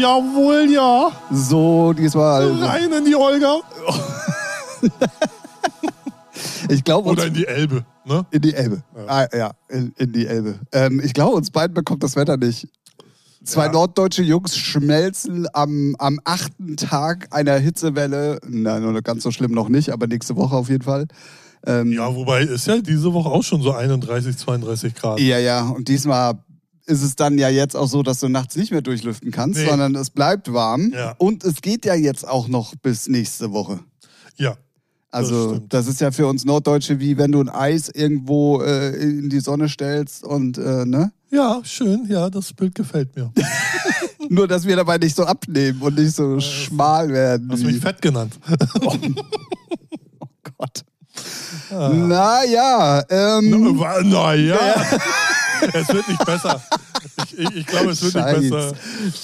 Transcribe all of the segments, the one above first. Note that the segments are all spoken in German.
Jawohl, ja. So, diesmal. Rein in die Olga. Ich glaube, Oder uns in die Elbe. Ne? in die Elbe. Ja. Ah, ja in, in die Elbe. Ähm, ich glaube, uns beiden bekommt das Wetter nicht. Zwei Ja. norddeutsche Jungs schmelzen am, am achten Tag einer Hitzewelle. Nein, oder ganz so schlimm noch nicht, aber nächste Woche auf jeden Fall. Ähm, Ja, wobei ist ja diese Woche auch schon so 31, 32 Grad. Ja, ja. Und diesmal ist es dann ja jetzt auch so, dass du nachts nicht mehr durchlüften kannst, Nee. sondern es bleibt warm. Ja. Und es geht ja jetzt auch noch bis nächste Woche. Ja. Also Das das, stimmt. ist ja für uns Norddeutsche wie wenn du ein Eis irgendwo äh, in die Sonne stellst und äh, ne? Ja, schön. Ja, das Bild gefällt mir. Nur dass wir dabei nicht so abnehmen und nicht so schmal werden. Hast wie- mich fett genannt. Mhm. oh Gott. Ah. Naja, ähm, Naja. es wird nicht besser. Ich, ich, ich glaube, es wird nicht Scheiße, besser.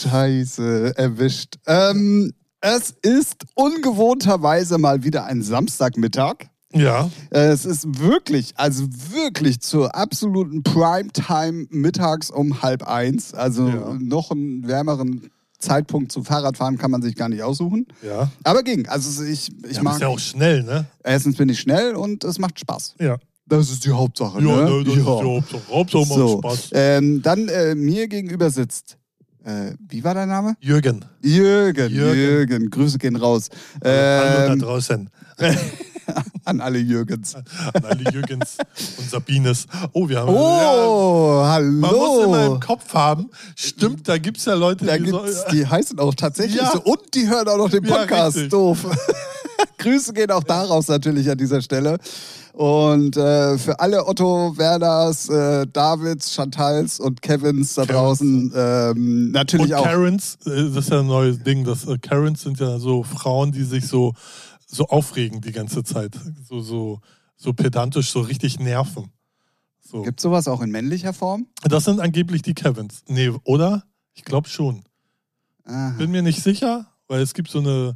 Scheiße, erwischt. Ähm, es ist ungewohnterweise mal wieder ein Samstagmittag. Ja. Äh, Es ist wirklich, also wirklich zur absoluten Primetime mittags um halb eins. Also Ja. noch einen wärmeren Zeitpunkt zum Fahrradfahren kann man sich gar nicht aussuchen. Ja. Aber ging. Also ich, ich ja, mag, Ist ja auch schnell, ne? erstens bin ich schnell und es macht Spaß. Ja. Das ist die Hauptsache. Ja, ne? ne, das ist ja Hauptsache. Hauptsache macht so. Spaß. Ähm, dann äh, mir gegenüber sitzt, äh, wie war dein Name? Jürgen. Jürgen, Jürgen. Jürgen. Grüße gehen raus. Hallo da Ähm, draußen. an alle Jürgens. An alle Jürgens und Sabines. Oh, wir haben. Oh, hallo. Ja, man muss immer im Kopf haben. Stimmt, da gibt es ja Leute, Da die so- äh, gibt's, die heißen auch tatsächlich Ja. so. Und die hören auch noch den Ja, Podcast. richtig. Doof. Grüße gehen auch daraus natürlich an dieser Stelle. Und äh, für alle Otto, Werners, äh, Davids, Chantals und Kevins da Kevins, draußen ähm, natürlich Und auch. Karens, äh, das ist ja ein neues Ding. Das, äh, Karens sind ja so Frauen, die sich so, so aufregen die ganze Zeit. So, so, so pedantisch, so richtig nerven. So. Gibt sowas auch in männlicher Form? Das sind angeblich die Kevins. Nee, oder? Ich glaube schon. Aha. Bin mir nicht sicher, weil es gibt so eine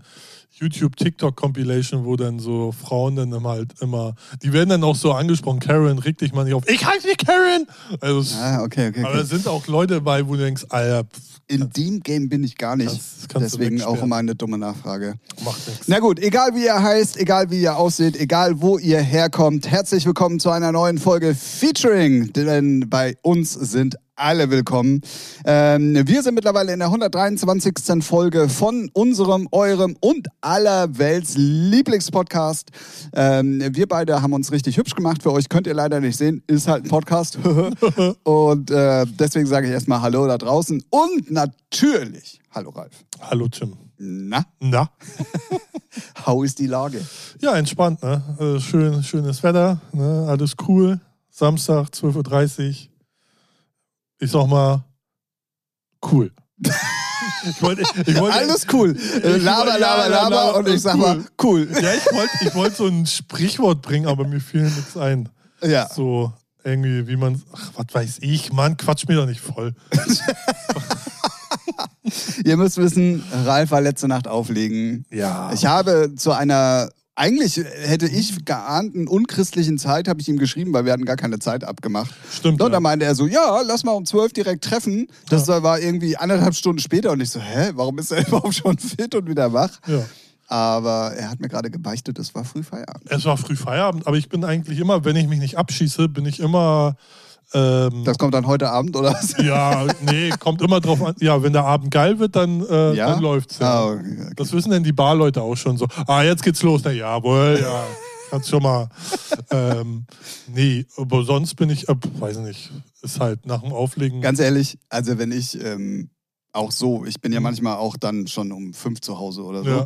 YouTube-TikTok-Compilation, wo dann so Frauen dann immer halt immer, die werden dann auch so angesprochen, Karen, reg dich mal nicht auf. Ich heiße nicht Karen! Also, es- Ah, okay, okay. aber okay. es sind auch Leute bei, wo du denkst, Alter, pff, In dem Game bin ich gar nicht. Das kannst du Deswegen auch wegsperren. immer eine dumme Nachfrage. macht nichts. Na gut, egal wie ihr heißt, egal wie ihr ausseht, egal wo ihr herkommt, herzlich willkommen zu einer neuen Folge Featuring, denn bei uns sind alle willkommen. Ähm, wir sind mittlerweile in der 123. Folge von unserem, eurem und aller Welts Lieblingspodcast. Ähm, wir beide haben uns richtig hübsch gemacht. Für euch könnt ihr leider nicht sehen, ist halt ein Podcast. und äh, deswegen sage ich erstmal Hallo da draußen und natürlich Hallo Ralf. Hallo Tim. Na, Na? how ist die Lage? Ja, entspannt, ne? Also schön, schönes Wetter, ne? Alles cool. Samstag, 12.30 Uhr. Ich sag mal, cool. ich wollte, ich wollte, Alles cool. Äh, Laber, ja, laber, ja, laber. laber, Und ich ist sag cool. mal, cool. Ja, ich wollte ich wollte so ein Sprichwort bringen, aber mir fiel nichts ein. Ja. So irgendwie, wie man, ach, was weiß ich, Mann, quatsch mir doch nicht voll. Ihr müsst wissen, Ralf war letzte Nacht auflegen. Ja. Ich habe zu einer, eigentlich hätte ich geahnten unchristlichen Zeit, habe ich ihm geschrieben, weil wir hatten gar keine Zeit abgemacht. Stimmt. Und Ja. dann meinte er so, ja, lass mal um zwölf direkt treffen. Das war irgendwie anderthalb Stunden später und ich so, hä, warum ist er überhaupt schon fit und wieder wach? ja. Aber er hat mir gerade gebeichtet, es war früh Feierabend. Es war früh Feierabend, aber ich bin eigentlich immer, wenn ich mich nicht abschieße, bin ich immer. Ähm, Das kommt dann heute Abend, oder? Ja, nee, kommt immer drauf an. Ja, wenn der Abend geil wird, dann, äh, Ja? dann läuft's. Ja. Ah, okay. Das wissen denn die Barleute auch schon so. Ah, jetzt geht's los. Na jawohl, ja. Kannst schon mal. Ähm, nee, aber sonst bin ich, äh, weiß nicht, ist halt nach dem Auflegen. Ganz ehrlich, also wenn ich ähm, auch so, ich bin ja manchmal auch dann schon um fünf zu Hause oder so. Mhm. Ja.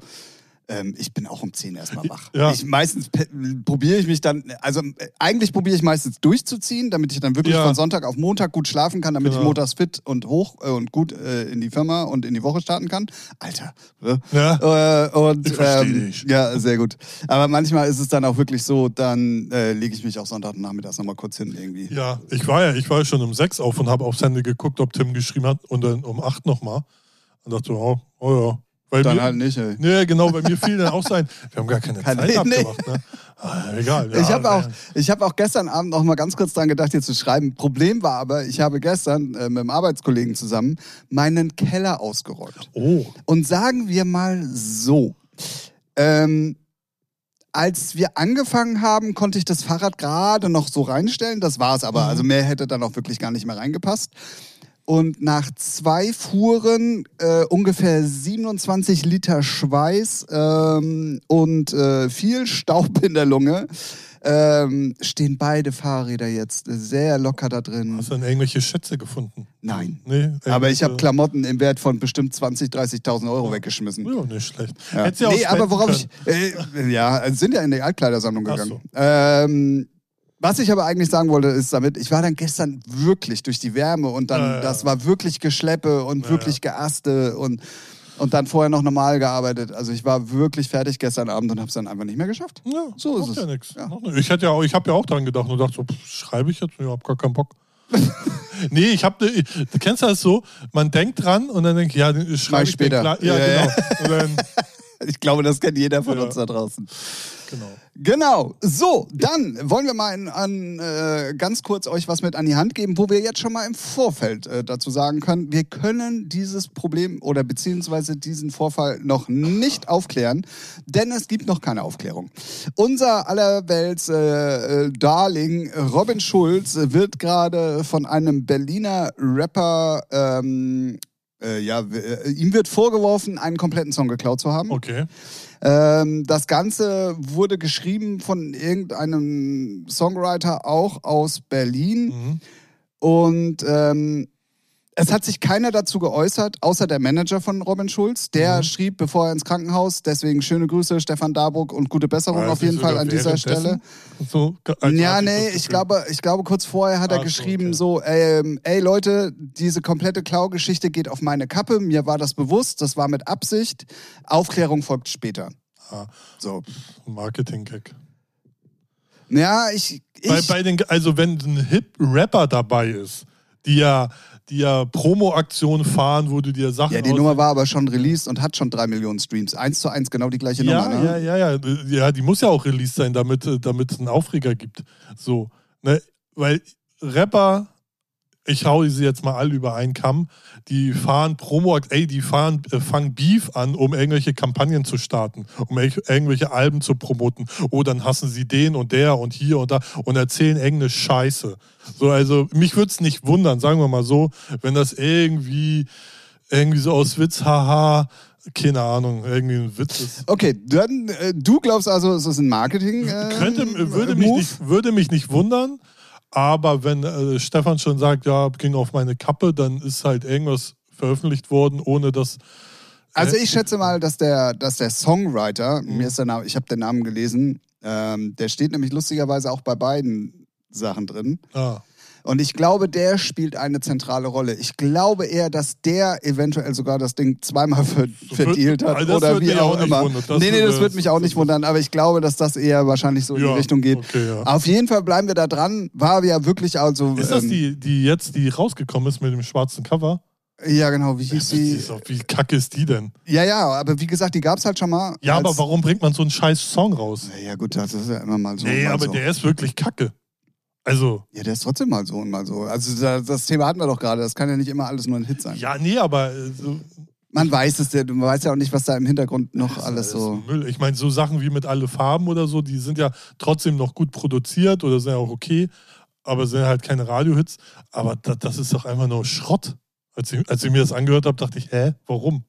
Ähm, ich bin auch um zehn erstmal wach. Ja. Ich meistens pe- probiere ich mich dann, also äh, eigentlich probiere ich meistens durchzuziehen, damit ich dann wirklich Ja. von Sonntag auf Montag gut schlafen kann, damit ich Genau. montags fit und hoch äh, und gut äh, in die Firma und in die Woche starten kann. Alter. äh. Ja. Äh, und, Ich versteh ähm, dich. Ja, sehr gut. Aber manchmal ist es dann auch wirklich so, dann äh, lege ich mich auch Sonntagnachmittags nochmal kurz hin irgendwie. Ja, ich war ja, ich war ja schon um sechs auf und habe aufs Handy geguckt, ob Tim geschrieben hat und dann um acht nochmal. Und dachte, oh, oh ja, Weil Dann mir, halt nicht, ey. Naja, genau, bei mir fiel dann auch sein, wir haben gar keine Keine Zeit Idee. abgemacht. Ne? Ah, egal. ja, Ich habe auch, ja. ich hab auch gestern Abend noch mal ganz kurz dran gedacht, hier zu schreiben. Problem war aber, ich habe gestern äh, mit einem Arbeitskollegen zusammen meinen Keller ausgeräumt. Oh, Und sagen wir mal so, ähm, als wir angefangen haben, konnte ich das Fahrrad gerade noch so reinstellen. Das war's aber. Also mehr hätte dann auch wirklich gar nicht mehr reingepasst. Und nach zwei Fuhren äh, ungefähr 27 Liter Schweiß ähm, und äh, viel Staub in der Lunge ähm, stehen beide Fahrräder jetzt sehr locker da drin. hast du dann irgendwelche Schätze gefunden? Nein. Nee, Aber ich habe irgendwelche- Klamotten im Wert von bestimmt 20.000, 30.000 Euro weggeschmissen. äh, Ja, nicht schlecht. Ja. Hättest du ja auch nee, aber spenden worauf können. ich. Äh, ja, es sind ja in die Altkleidersammlung Ach gegangen. Ähm, was ich aber eigentlich sagen wollte, ist damit, ich war dann gestern wirklich durch die Wärme und dann, Ja, ja. das war wirklich Geschleppe und Ja, wirklich Geaste und, und dann vorher noch normal gearbeitet. Also ich war wirklich fertig gestern Abend und habe es dann einfach nicht mehr geschafft. Ja, So ist macht es. Ja nix. Ja. Macht nix. Ich, hätte ja auch- ich habe ja auch dran gedacht und dachte so, pff, schreibe ich jetzt? Ich habe gar keinen Bock. nee, ich habe, ne, du kennst das so, man denkt dran und dann denkt, ja, den schreibe ich später. Den klar. Ja, Ja, ja. genau. Und dann, Ich glaube, das kennt jeder von Ja. uns da draußen. genau. Genau. So, dann wollen wir mal in, an, äh, ganz kurz euch was mit an die Hand geben, wo wir jetzt schon mal im Vorfeld äh, dazu sagen können, wir können dieses Problem oder beziehungsweise diesen Vorfall noch nicht aufklären, denn es gibt noch keine Aufklärung. Unser allerwelts äh, äh, Darling Robin Schulz wird gerade von einem Berliner Rapper ähm, äh, ja, w- äh, ihm wird vorgeworfen, einen kompletten Song geklaut zu haben. Okay. Ähm, das Ganze wurde geschrieben von irgendeinem Songwriter auch aus Berlin. Mhm. Und ähm, es hat sich keiner dazu geäußert, außer der Manager von Robin Schulz. Der Mhm. schrieb, bevor er ins Krankenhaus. Deswegen schöne Grüße, Stefan Dabruck und gute Besserung Weiß auf jeden nicht, Fall oder an dieser währenddessen? Stelle. So, ge- als Ja, hab das nee, ich Gefühl. glaube, ich glaube, kurz vorher hat er Ach so, geschrieben okay. so, ähm, ey Leute, diese komplette Klau-Geschichte geht auf meine Kappe. Mir war das bewusst, das war mit Absicht. Aufklärung folgt später. Ah. So. Marketing-Gag. Ja, ich. ich Bei, bei den, also wenn ein Hip-Rapper dabei ist, die ja, die ja Promo-Aktionen fahren, wo du dir Sachen ja, die aus- Nummer war aber schon released und hat schon drei Millionen Streams. Eins zu eins, genau die gleiche ja, Nummer, ne? ja, ja, ja, ja, die muss ja auch released sein, damit äh, damit es einen Aufreger gibt. So, ne? weil Rapper, ich hau sie jetzt mal alle über einen Kamm, die fahren Promo, ey, die fahren, äh, fangen Beef an, um irgendwelche Kampagnen zu starten, um irgendw- irgendwelche Alben zu promoten. Oh, dann hassen sie den und der und hier und da und erzählen irgendeine Scheiße. So, also mich würde es nicht wundern, sagen wir mal so, wenn das irgendwie irgendwie so aus Witz, haha, keine Ahnung, irgendwie ein Witz ist. Okay, dann, äh, du glaubst also, es ist ein Marketing. Äh, Könnte, würde, mich Move? nicht, würde mich nicht wundern, aber wenn äh, Stefan schon sagt, ja, ging auf meine Kappe, dann ist halt irgendwas veröffentlicht worden, ohne dass. Also ich schätze mal, dass der, dass der Songwriter, Mhm. mir ist der Name, ich habe den Namen gelesen, ähm, der steht nämlich lustigerweise auch bei beiden Sachen drin. Ah, Und ich glaube, der spielt eine zentrale Rolle. Ich glaube eher, dass der eventuell sogar das Ding zweimal ver verdealt hat also das oder würde wie mich auch auch nicht immer. wundern. Das nee, nee, das würde- würde mich auch nicht wundern, aber ich glaube, dass das eher wahrscheinlich so in Ja, die Richtung geht. okay, ja. Auf jeden Fall bleiben wir da dran. War ja wirklich also. ist das ähm, die, die jetzt, die rausgekommen ist mit dem schwarzen Cover? Ja, genau, wie hieß Die die? ist auch, wie kacke ist die denn? Ja, ja, aber wie gesagt, die gab es halt schon mal. Ja, aber als- warum bringt man so einen scheiß Song raus? Ja, gut, das ist ja immer mal so. Nee, mal aber so. der ist wirklich kacke. Also, Ja, der ist trotzdem mal so und mal so. Also da- das Thema hatten wir doch gerade. Das kann ja nicht immer alles nur ein Hit sein. ja, nee, aber. äh, so- Man weiß es ja, man weiß ja auch nicht, was da im Hintergrund noch Das alles ist so. Müll. Ich meine, so Sachen wie mit alle Farben oder so, die sind ja trotzdem noch gut produziert oder sind ja auch okay, aber sind halt keine Radiohits. Aber das, das ist doch einfach nur Schrott. Als ich, als ich mir das angehört habe, dachte ich, hä, warum?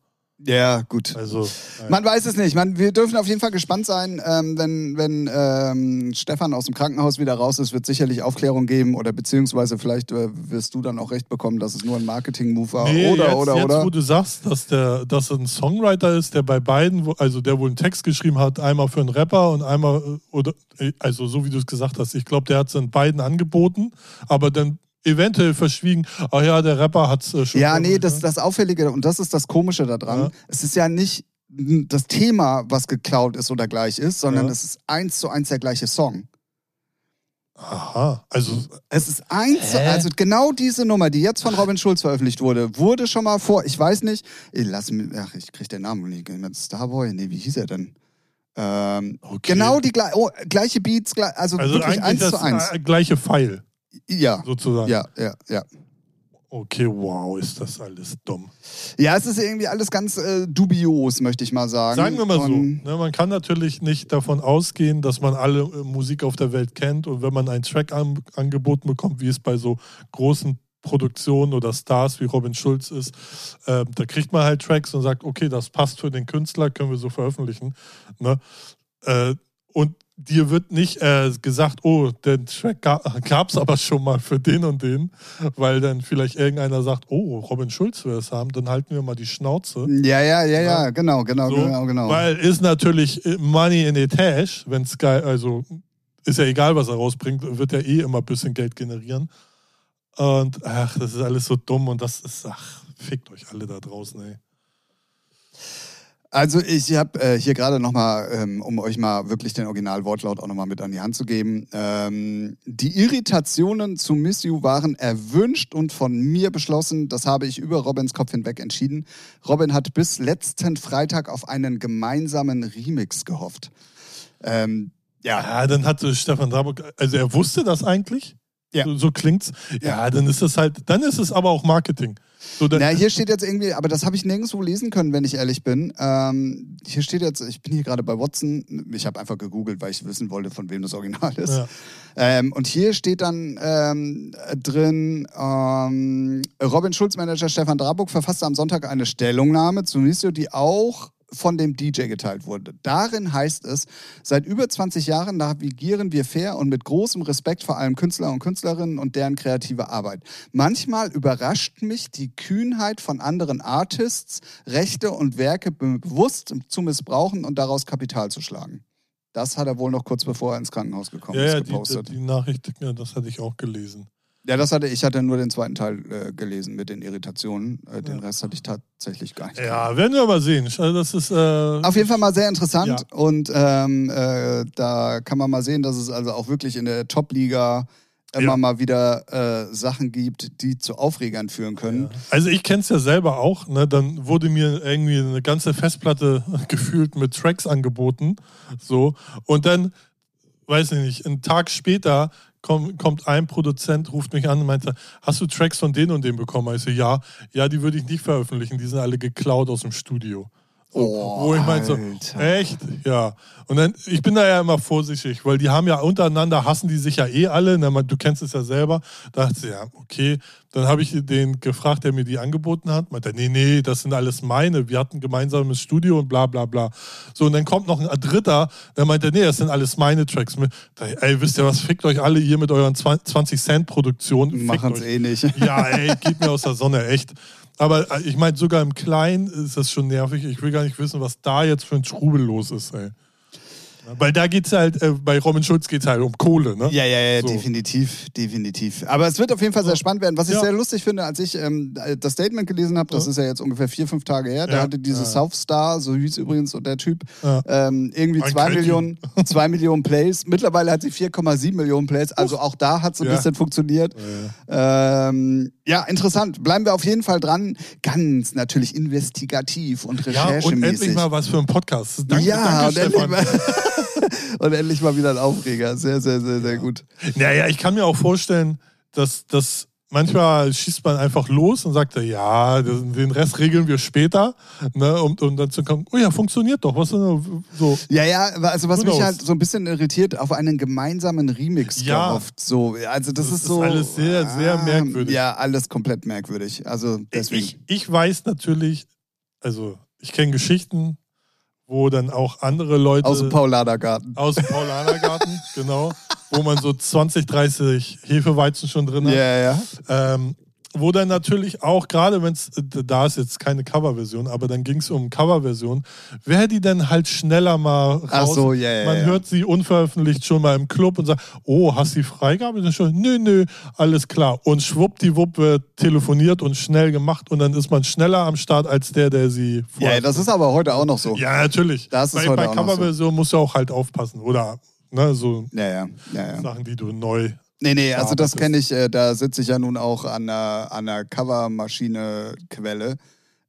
Ja, gut. Also, naja. Man weiß es nicht. Man, wir dürfen auf jeden Fall gespannt sein, ähm, wenn, wenn ähm, Stefan aus dem Krankenhaus wieder raus ist, wird sicherlich Aufklärung geben oder beziehungsweise vielleicht äh, wirst du dann auch recht bekommen, dass es nur ein Marketing-Move war. Nee, oder, jetzt, oder, jetzt, oder. wo du sagst, dass der, dass er ein Songwriter ist, der bei beiden, wo- also der wohl einen Text geschrieben hat, einmal für einen Rapper und einmal, äh, oder, äh, also so wie du es gesagt hast, ich glaube, der hat es in beiden angeboten, aber dann eventuell verschwiegen, ah ja, der Rapper hat es äh, schon. Ja, nee, das, das Auffällige und das ist das Komische daran. Ja. Es ist ja nicht m, das Thema, was geklaut ist oder gleich ist, sondern Ja. es ist eins zu eins der gleiche Song. Aha, also Es ist eins, Hä? also genau diese Nummer, die jetzt von Robin Schulz veröffentlicht wurde, wurde schon mal vor, ich weiß nicht, ich lass mich, ach, ich krieg den Namen nicht, Starboy, nee, wie hieß er denn? Ähm, Okay. Genau die gle oh, gleiche Beats, gle also, Also wirklich eigentlich eins das zu eins. äh, gleiche Pfeil, Ja, sozusagen. ja, ja, ja. Okay, wow, ist das alles dumm. Ja, es ist irgendwie alles ganz äh, dubios, möchte ich mal sagen. Sagen wir mal so, Und- ne, man kann natürlich nicht davon ausgehen, dass man alle äh, Musik auf der Welt kennt und wenn man ein Track an, angeboten bekommt, wie es bei so großen Produktionen oder Stars wie Robin Schulz ist, äh, da kriegt man halt Tracks und sagt, okay, das passt für den Künstler, können wir so veröffentlichen. Ne? Äh, und dir wird nicht äh, gesagt, oh, den Track gab es aber schon mal für den und den, weil dann vielleicht irgendeiner sagt, oh, Robin Schulz will es haben, dann halten wir mal die Schnauze. Ja, ja, ja, ja, genau, genau, So, genau, genau. Weil ist natürlich äh, Money in the Tash, wenn Sky, also ist ja egal, was er rausbringt, wird ja eh immer ein bisschen Geld generieren. Und ach, das ist alles so dumm und das ist, ach, fickt euch alle da draußen, ey. Also ich habe äh, hier gerade nochmal, ähm, um euch mal wirklich den Originalwortlaut auch nochmal mit an die Hand zu geben, ähm, die Irritationen zu Miss You waren erwünscht und von mir beschlossen. Das habe ich über Robins Kopf hinweg entschieden. Robin hat bis letzten Freitag auf einen gemeinsamen Remix gehofft. Ähm, ja, Ja, dann hatte Stefan Sabock, also er wusste das eigentlich. Ja. So, so klingt's. Ja, dann ist es halt, dann ist es aber auch Marketing. So, dann, na hier steht jetzt irgendwie, aber das habe ich nirgendwo lesen können, wenn ich ehrlich bin. Ähm, hier steht jetzt, ich bin hier gerade bei Watson, ich habe einfach gegoogelt, weil ich wissen wollte, von wem das Original ist. ja. Ähm, und hier steht dann ähm, drin, ähm, Robin Schulz Manager Stefan Drabuck verfasste am Sonntag eine Stellungnahme zu Nisio, die auch von dem DJ geteilt wurde. Darin heißt es, seit über 20 Jahren navigieren wir fair und mit großem Respekt vor allem Künstler und Künstlerinnen und deren kreative Arbeit. Manchmal überrascht mich die Kühnheit von anderen Artists, Rechte und Werke be- bewusst zu missbrauchen und daraus Kapital zu schlagen. Das hat er wohl noch kurz bevor er ins Krankenhaus gekommen ja, ist ja die, gepostet. die Nachricht, ja, das hatte ich auch gelesen. Ja, das hatte ich hatte nur den zweiten Teil äh, gelesen mit den Irritationen. Äh, den Ja. Rest hatte ich tatsächlich gar nicht. Ja, werden wir mal sehen. Also das ist, äh, Auf jeden Fall mal sehr interessant Ja. und ähm, äh, da kann man mal sehen, dass es also auch wirklich in der Top-Liga immer Ja. mal wieder äh, Sachen gibt, die zu Aufregern führen können. Ja. Also ich kenne es ja selber auch. Ne? Dann wurde mir irgendwie eine ganze Festplatte gefühlt mit Tracks angeboten. So. Und dann, weiß ich nicht, einen Tag später komm, kommt ein Produzent, ruft mich an und meinte, hast du Tracks von denen und denen bekommen? Ich so, ja, ja, die würde ich nicht veröffentlichen, die sind alle geklaut aus dem Studio. So, Oh, wo ich meinte, so, äh, Alter. echt? Ja. Und dann, ich bin da ja immer vorsichtig, weil die haben ja untereinander, hassen die sich ja eh alle. Na, man- Du kennst es ja selber. Dachte ich, ja, okay. Dann habe ich den gefragt, der mir die angeboten hat. Meinte, er, nee, nee, das sind alles meine. Wir hatten gemeinsames Studio und bla, bla, bla. So, und dann kommt noch ein dritter, der meinte, nee, das sind alles meine Tracks. Mir- Da, ey, wisst ihr was, fickt euch alle hier mit euren 20-Cent-Produktionen. Fickt Machen es euch. eh nicht. Ja, ey, geht mir aus der Sonne, echt. Aber äh, ich meine, sogar im Kleinen ist das schon nervig. Ich will gar nicht wissen, was da jetzt für ein Schrubel los ist, ey. Weil da geht's halt, äh, bei Robin Schulz geht's halt um Kohle, ne? Ja, ja, ja, So. definitiv, definitiv. Aber es wird auf jeden Fall sehr spannend werden. Was ich Ja. sehr lustig finde, als ich ähm, das Statement gelesen habe, das Ja. ist ja jetzt ungefähr vier, fünf Tage her, da Ja. hatte diese Ja. South Star, so hieß übrigens so der Typ, Ja. ähm, irgendwie Ein zwei Cracky. Millionen, zwei Millionen Plays. Mittlerweile hat sie 4,7 Millionen Plays. Also auch da hat es ein Ja. bisschen funktioniert. Ähm, ja, interessant. Bleiben wir auf jeden Fall dran. Ganz natürlich investigativ und Ja, recherchemäßig. und endlich mal was für einen Podcast. Danke, ja, danke Stefan. und, endlich mal, und endlich mal wieder ein Aufreger. Sehr, sehr, sehr, sehr gut. Naja, ich kann mir auch vorstellen, dass das manchmal schießt man einfach los und sagt, ja, das- den Rest regeln wir später. Ne? Und, und dann zu kommen, oh ja, funktioniert doch. Was denn so? Ja, ja, also was Who mich knows? halt so ein bisschen irritiert, auf einen gemeinsamen Remix Ja. gehofft. So, also das, Das ist ist so. alles sehr, sehr ah, merkwürdig. Ja, alles komplett merkwürdig. Also deswegen. Ich, ich weiß natürlich, also ich kenne Geschichten, wo dann auch andere Leute aus dem Paulanergarten. aus dem Paulanergarten, genau, wo man so 20, 30 Hefeweizen schon drin Ja, hat. ja. Ähm, wo dann natürlich auch, gerade wenn es, da ist jetzt keine Coverversion, aber dann ging es um Coverversion, wäre die dann halt schneller mal raus. Ach so, ja, ja. Man ja. hört sie unveröffentlicht schon mal im Club und sagt, oh, hast du die Freigabe? Dann schon, nö, nö, alles klar. Und schwuppdiwupp wird telefoniert und schnell gemacht und dann ist man schneller am Start als der, der sie ja, vorher. das ist aber heute auch noch so. Ja, natürlich. Das ist bei heute bei auch noch so. Coverversion musst du auch halt aufpassen. Oder Ne? So Ja, ja, ja, ja. Sachen, die du neu. Nee, nee, also Ja, das das kenne ich. Äh, da sitze ich ja nun auch an einer, an einer Covermaschine-Quelle.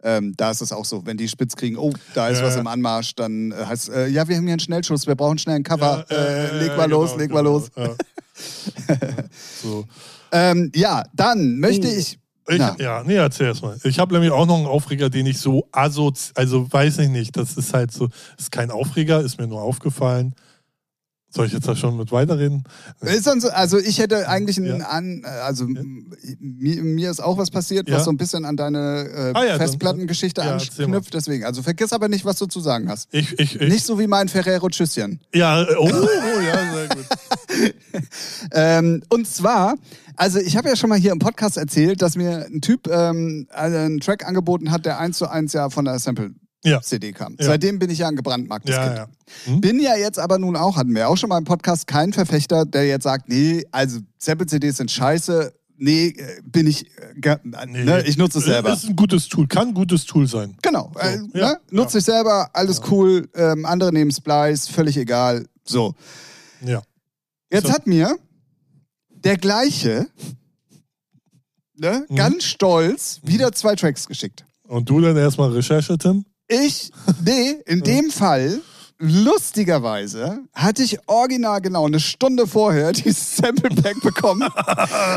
Ähm, da ist es auch so, wenn die spitz kriegen, oh, da ist Ja, was ja. im Anmarsch, dann äh, heißt äh, ja, wir haben hier einen Schnellschuss, wir brauchen schnell einen Cover. Ja, äh, leg mal los, genau, leg mal genau, los. Ja. so. Ähm, ja, dann möchte Oh. ich. Ich, Na. ja, nee, erzähl erst mal. Ich habe nämlich auch noch einen Aufreger, den ich so asoz, also weiß ich nicht, das ist halt so, ist kein Aufreger, ist mir nur aufgefallen. Soll ich jetzt da schon mit weiterreden? Ist dann so, also ich hätte eigentlich einen Ja. an, also m- mir, mir ist auch was passiert, Ja. was so ein bisschen an deine äh, Ah, ja, dann- Festplattengeschichte ja, erzähl mal. anknüpft, deswegen. Also vergiss aber nicht, was du zu sagen hast. Ich, ich, ich Nicht so wie mein Ferrero Tschüsschen. ja, oh, oh, ja, sehr gut. Ähm, und zwar, also ich habe ja schon mal hier im Podcast erzählt, dass mir ein Typ ähm, einen Track angeboten hat, der eins zu eins ja von der Ja. Sample-CD kam. Ja. Seitdem bin ich ja ein gebrandmarktes Ja, Kind. ja. Bin ja jetzt aber nun auch, hatten wir auch schon mal im Podcast, kein Verfechter, der jetzt sagt, nee, also Sample-CDs sind scheiße. Nee, äh, bin ich, äh, ge- äh, Nee. ne, ich nutze es selber. Ist ein gutes Tool, kann ein gutes Tool sein. Genau. äh, ja, ne? Nutze ich selber, alles cool. Ähm, andere nehmen Splice, völlig egal. So. Ja. Jetzt So. hat mir der gleiche, ne, Mhm. ganz stolz, wieder zwei Tracks geschickt. Und du dann erstmal Recherche, Tim? Ich, nee, in dem Fall, lustigerweise, hatte ich original genau eine Stunde vorher die Sample Pack bekommen.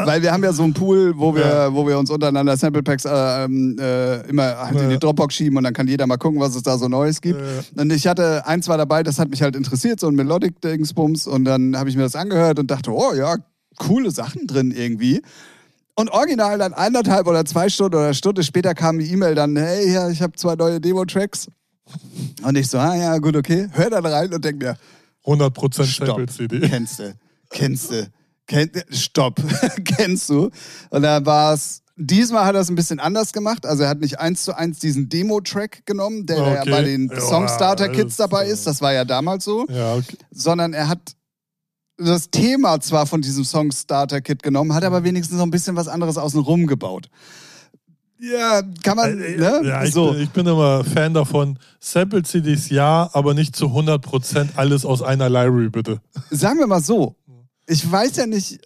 weil wir haben ja so einen Pool, wo wir, Ja. wo wir uns untereinander Sample Packs äh, ähm, äh, immer halt in Ja. die Dropbox schieben und dann kann jeder mal gucken, was es da so Neues gibt. Ja, ja. Und ich hatte ein, zwei dabei, das hat mich halt interessiert, so ein Melodic-Dingsbums. Und dann habe ich mir das angehört und dachte, oh ja, coole Sachen drin irgendwie. Und original dann eineinhalb oder zwei Stunden oder eine Stunde später kam die E-Mail dann, hey, ja, ich habe zwei neue Demo-Tracks. Und ich so, ah ja, gut, okay. Hör dann rein und denk mir, 100% stopp, Sample-CD. kennst du, kennst du, kenn, stopp, kennst du. Und dann war es, diesmal hat er es ein bisschen anders gemacht. Also er hat nicht eins zu eins diesen Demo-Track genommen, der ja Okay. bei den Ja, Songstarter-Kids das- dabei ist. Das war ja damals so Ja, okay. sondern er hat das Thema zwar von diesem Song Starter Kit genommen, hat aber wenigstens noch ein bisschen was anderes außenrum gebaut. Ja, kann man, ne? Äh, Ja, ich, so. bin, ich bin immer Fan davon. Sample-CDs ja, aber nicht zu 100% alles aus einer Library, bitte. Sagen wir mal so. Ich weiß ja nicht,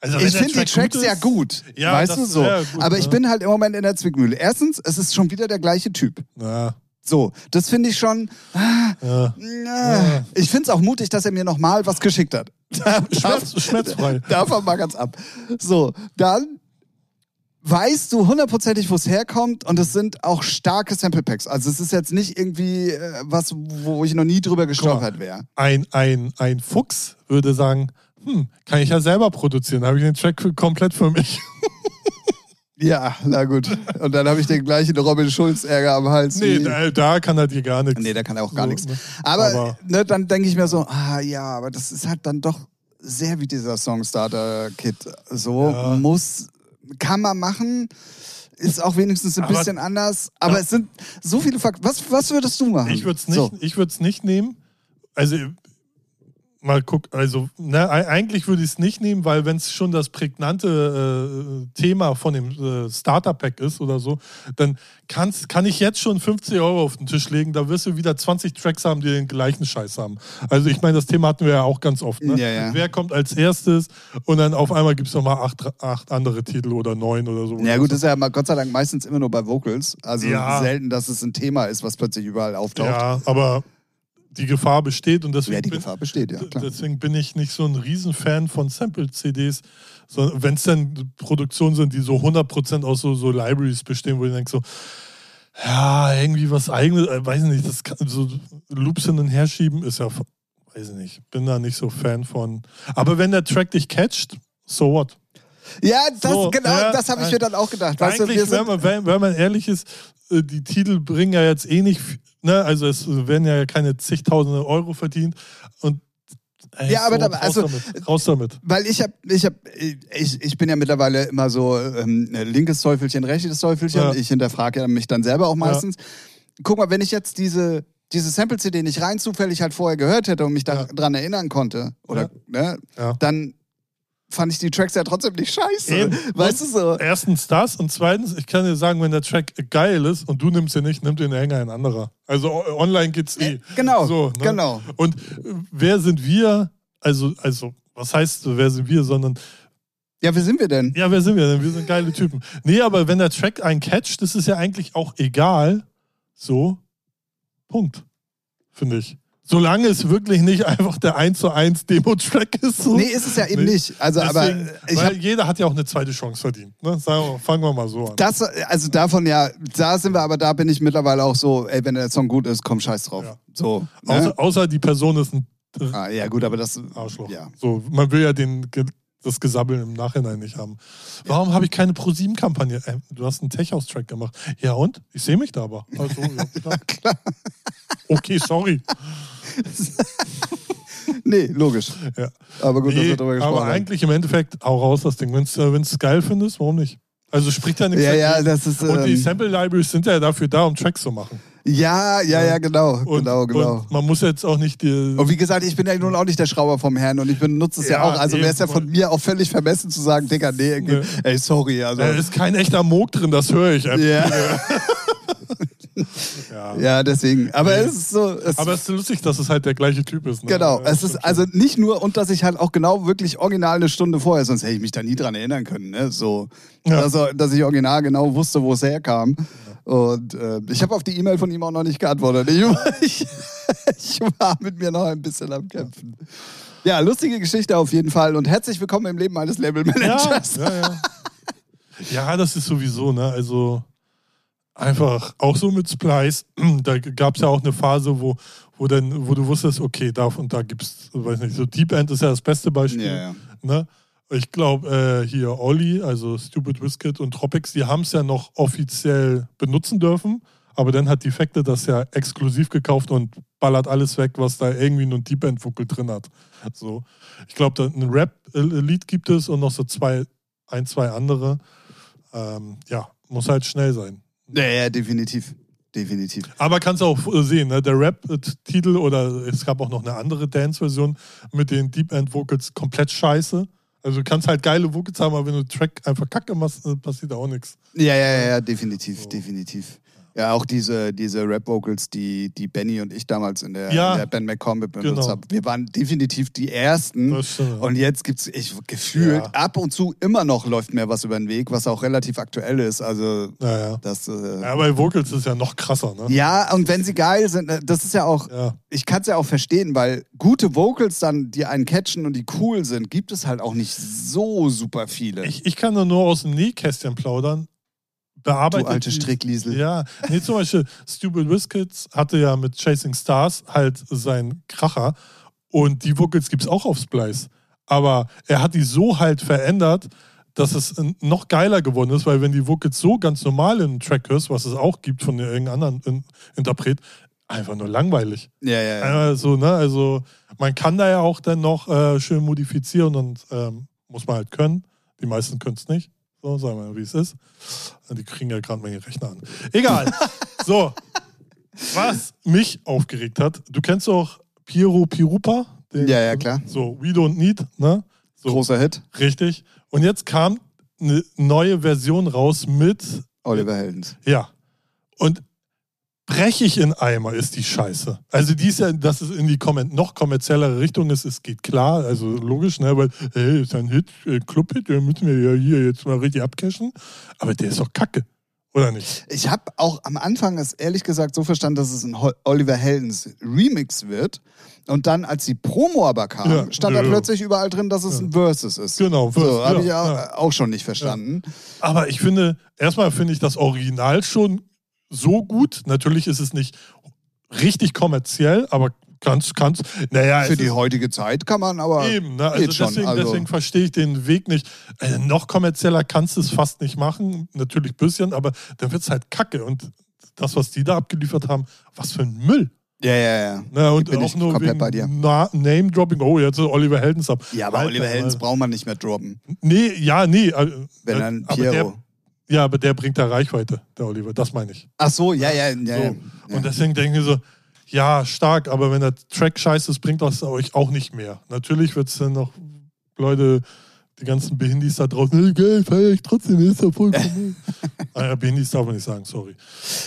Also, ich finde die Tracks ja gut. Ja, weißt das du so. ist sehr gut, aber ich ne? bin halt im Moment in der Zwickmühle. Erstens, es ist schon wieder der gleiche Typ. Ja, So, das finde ich schon. ja. Na, ich finde es auch mutig, dass er mir nochmal was geschickt hat. Schmerz, schmerzfrei. Davon mal ganz ab. So, dann weißt du hundertprozentig, wo es herkommt und es sind auch starke Sample Packs. Also es ist jetzt nicht irgendwie äh, was, wo ich noch nie drüber gestolpert wäre. Ein, ein, ein Fuchs würde sagen, hm, kann ich ja selber produzieren. Habe ich den Track für, komplett für mich. Ja, na gut. Und dann habe ich den gleichen Robin Schulz Ärger am Hals. nee, wie- da, da kann er dir gar nichts. Nee, der kann auch gar So, nichts. ne? Aber, Aber- ne, dann denke ich mir so, ah ja, aber das ist halt dann doch sehr wie dieser Songstarter-Kit. So Ja. muss, kann man machen, ist auch wenigstens ein Aber- bisschen anders. Aber Ja. es sind so viele Fakten. Was, was würdest du machen? Ich würde es nicht, So. ich würd's nicht nehmen. Also, mal guck, also, ne, ei- eigentlich würde ich es nicht nehmen, weil, wenn es schon das prägnante äh, Thema von dem äh, Starter-Pack ist oder so, dann kann's, kann ich jetzt schon 50 Euro auf den Tisch legen. Da wirst du wieder 20 Tracks haben, die den gleichen Scheiß haben. Also, ich meine, das Thema hatten wir ja auch ganz oft. Ne? Ja, ja. Wer kommt als erstes und dann auf einmal gibt es nochmal acht, acht andere Titel oder neun oder so. Ja gut, das ist ja mal Gott sei Dank meistens immer nur bei Vocals. Also Ja. selten, dass es ein Thema ist, was plötzlich überall auftaucht. Ja, ja, aber die Gefahr besteht und deswegen die bin- Gefahr besteht, ja klar. Deswegen bin ich nicht so ein Riesenfan von Sample-CDs, wenn es dann Produktionen sind, die so 100% aus so, so Libraries bestehen, wo ich denke so, ja, irgendwie was eigenes, äh, weiß nicht, das kann, so Loops hin und her schieben ist ja, f- weiß ich nicht, bin da nicht so Fan von. Aber wenn der Track dich catcht, so what? Ja, das, So, genau, ja, das habe ich mir dann auch gedacht. Weißt du, Eigentlich, wir sind, wenn, man, wenn, wenn man ehrlich ist, äh, die Titel bringen ja jetzt eh nicht, viel- ne? also es werden ja keine zigtausende Euro verdient und ey, Ja, aber da- raus also- damit, raus damit. Weil ich hab, ich hab, ich, ich bin ja mittlerweile immer so ähm, linkes Teufelchen, rechtes Teufelchen. Ja. Ich hinterfrage ja mich dann selber auch meistens. Guck mal, wenn ich jetzt diese, diese Sample-CD nicht rein zufällig halt vorher gehört hätte und mich Ja. daran erinnern konnte, oder, ne, Ja. dann fand ich die Tracks ja trotzdem nicht scheiße. Eben. Weißt du so? Erstens das und zweitens, ich kann dir sagen, wenn der Track geil ist und du nimmst ihn nicht, nimmt den Hänger ein anderer. Also o- online geht's eh. Genau, So, ne? genau. Und äh, wer sind wir? Also, also, was heißt wer sind wir, sondern Ja, wer sind wir denn? ja, wer sind wir denn? Wir sind geile Typen. Nee, aber wenn der Track einen catcht, das ist ja eigentlich auch egal. So, Punkt. Finde ich. Solange es wirklich nicht einfach der 1 zu 1 Demo-Track ist. So. Nee, ist es ja eben Nee. nicht. Also, Deswegen, aber ich weil habe jeder hat ja auch eine zweite Chance verdient. Ne? Sagen wir, fangen wir mal so an. das, also davon ja, da sind wir, aber da bin ich mittlerweile auch so, ey, wenn der Song gut ist, komm scheiß drauf. Ja. So. Ne? Außer, außer die Person ist ein Ah, ja, gut, aber das. Arschloch. Ja. So, man will ja den, ge- das Gesabbeln im Nachhinein nicht haben. Warum habe ich keine Pro-7-Kampagne? Ähm, Du hast einen Tech-House-Track gemacht. Ja und? Ich sehe mich da aber. Also, ja, klar. Okay, sorry. Nee, logisch. Ja. Aber gut, dass Nee, wir darüber gesprochen aber haben. eigentlich im Endeffekt auch raus das Ding. Wenn du es geil findest, warum nicht? Also spricht ja nichts Ja, ja, dagegen. das ist. Und die Ähm, Sample-Libraries sind ja dafür da, um Tracks zu machen. ja, ja, ja, genau. Und, genau, genau. Und man muss jetzt auch nicht die, Und wie gesagt, ich bin ja nun auch nicht der Schrauber vom Herrn und ich benutze es ja, Ja, auch. Also wäre es ja eben. von mir auch völlig vermessen zu sagen, Digga, nee, irgendwie, Nee. ey, sorry. Also, Da ist kein echter Moog drin, das höre ich. Ja. ja, ja, deswegen. Aber es ist so. Es Aber es ist lustig, dass es halt der gleiche Typ ist. Ne? Genau, Ja, es ist stimmt also nicht nur und dass ich halt auch genau wirklich original eine Stunde vorher, sonst hätte ich mich da nie dran erinnern können, ne? So, Ja. also, dass ich original genau wusste, wo es herkam. Und äh, ich habe auf die E-Mail von ihm auch noch nicht geantwortet. Ich, ich, ich war mit mir noch ein bisschen am Kämpfen. Ja, lustige Geschichte auf jeden Fall und herzlich willkommen im Leben eines schon. Ja, Labelmanagers. ja, ja. ja, das ist sowieso, ne? Also einfach auch so mit Splice. Da gab es ja auch eine Phase, wo, wo, dann, wo du wusstest, okay, da und da gibt es, weiß nicht, so Deep End ist ja das beste Beispiel. Ja, ja. Ne? Ich glaube, äh, hier Olli, also Stupid Whisket und Tropics, die haben es ja noch offiziell benutzen dürfen, aber dann hat Defekte das ja exklusiv gekauft und ballert alles weg, was da irgendwie nur ein Deep End Vocal drin hat. So. Ich glaube, ein Rap-Lied gibt es und noch so zwei, ein, zwei andere. Ähm, ja, muss halt schnell sein. Ja, ja, definitiv. Definitiv. Aber kannst du auch äh, sehen, ne? der Rap-Titel oder es gab auch noch eine andere Dance-Version mit den Deep End Vocals komplett scheiße. Also du kannst halt geile Vocals haben, aber wenn du den Track einfach kacke machst, äh, passiert auch nichts. Ja, ja, ja, definitiv, So. definitiv. Ja, auch diese, diese Rap-Vocals, die, die Benny und ich damals in der, Ja. in der Band McCombit benutzt Genau. haben. Wir waren definitiv die Ersten. Das stimmt. Und jetzt gibt es gefühlt Ja. ab und zu immer noch läuft mir was über den Weg, was auch relativ aktuell ist. Also Naja. das. Äh, Ja, ja. bei Vocals ist ja noch krasser, ne? und wenn sie geil sind, äh, das ist ja auch, Ja. ich kann es ja auch verstehen, weil gute Vocals dann, die einen catchen und die cool sind, gibt es halt auch nicht so super viele. Ich, ich kann da nur aus dem Nähkästchen plaudern. du Bearbeitet alte die- Strickliesel. Ja, nee, zum Beispiel Stupid Whiskets hatte ja mit Chasing Stars halt seinen Kracher und die Vocals gibt es auch auf Splice. Aber er hat die so halt verändert, dass es n- noch geiler geworden ist, weil wenn die Vocals so ganz normal in einem Track hörst, was es auch gibt von irgendeinem anderen in Interpret, einfach nur langweilig. Ja, ja, ja. Also, ne, also man kann da ja auch dann noch äh, schön modifizieren und ähm, muss man halt können. Die meisten können es nicht. So, sagen wir mal, wie es ist. Die kriegen ja gerade meine Rechner an. Egal. so. Was mich aufgeregt hat, du kennst auch Piero Pirupa. Den, Ja, ja, klar. So, We Don't Need, ne? So, Großer Hit. Richtig. Und jetzt kam eine neue Version raus mit, Oliver Heldens. ja. Und brechig in Eimer ist die Scheiße. Also die ist ja, dass es in die kommen- noch kommerziellere Richtung ist, es geht klar, also logisch, ne, weil hey, ist ein Hit, äh, Club-Hit, den müssen wir ja hier jetzt mal richtig abcashen. Aber der ist doch kacke, oder nicht? Ich habe auch am Anfang es ehrlich gesagt so verstanden, dass es ein Ho- Oliver Heldens Remix wird. Und dann, als die Promo aber kam, Ja. stand da Ja. plötzlich überall drin, dass es ein Versus ist. Genau, So, habe ja, ich auch, äh, ja. auch schon nicht verstanden. Aber ich finde, erstmal finde ich das Original schon so gut. Natürlich ist es nicht richtig kommerziell, aber ganz, ganz, naja, Für es die heutige Zeit kann man aber. Also Eben, ne? also Geht schon, deswegen, also- deswegen verstehe ich den Weg nicht. Äh, noch kommerzieller kannst du es fast nicht machen, natürlich ein bisschen, aber dann wird es halt kacke. Und das, was die da abgeliefert haben, was für ein Müll. Ja, ja, ja. Ne? Und Bin auch ich nur komplett bei dir. wegen Na- Name-Dropping. Oh, jetzt ist Oliver Heldens ab. Ja, aber Alter, Oliver Heldens braucht man nicht mehr droppen. Nee, ja, nee. äh, Wenn äh, dann aber der, Piero. ja, aber der bringt da Reichweite, der Oliver, das meine ich. Ach so, ja, ja, ja. So. ja. Und deswegen denke ich so, ja, stark, aber wenn der Track scheiße ist, bringt das euch auch nicht mehr. Natürlich wird es dann noch Leute die ganzen Behindis da draußen, hey, geil, feier ich trotzdem, ist ja voll cool. ah, ja, Behindis darf man nicht sagen, sorry.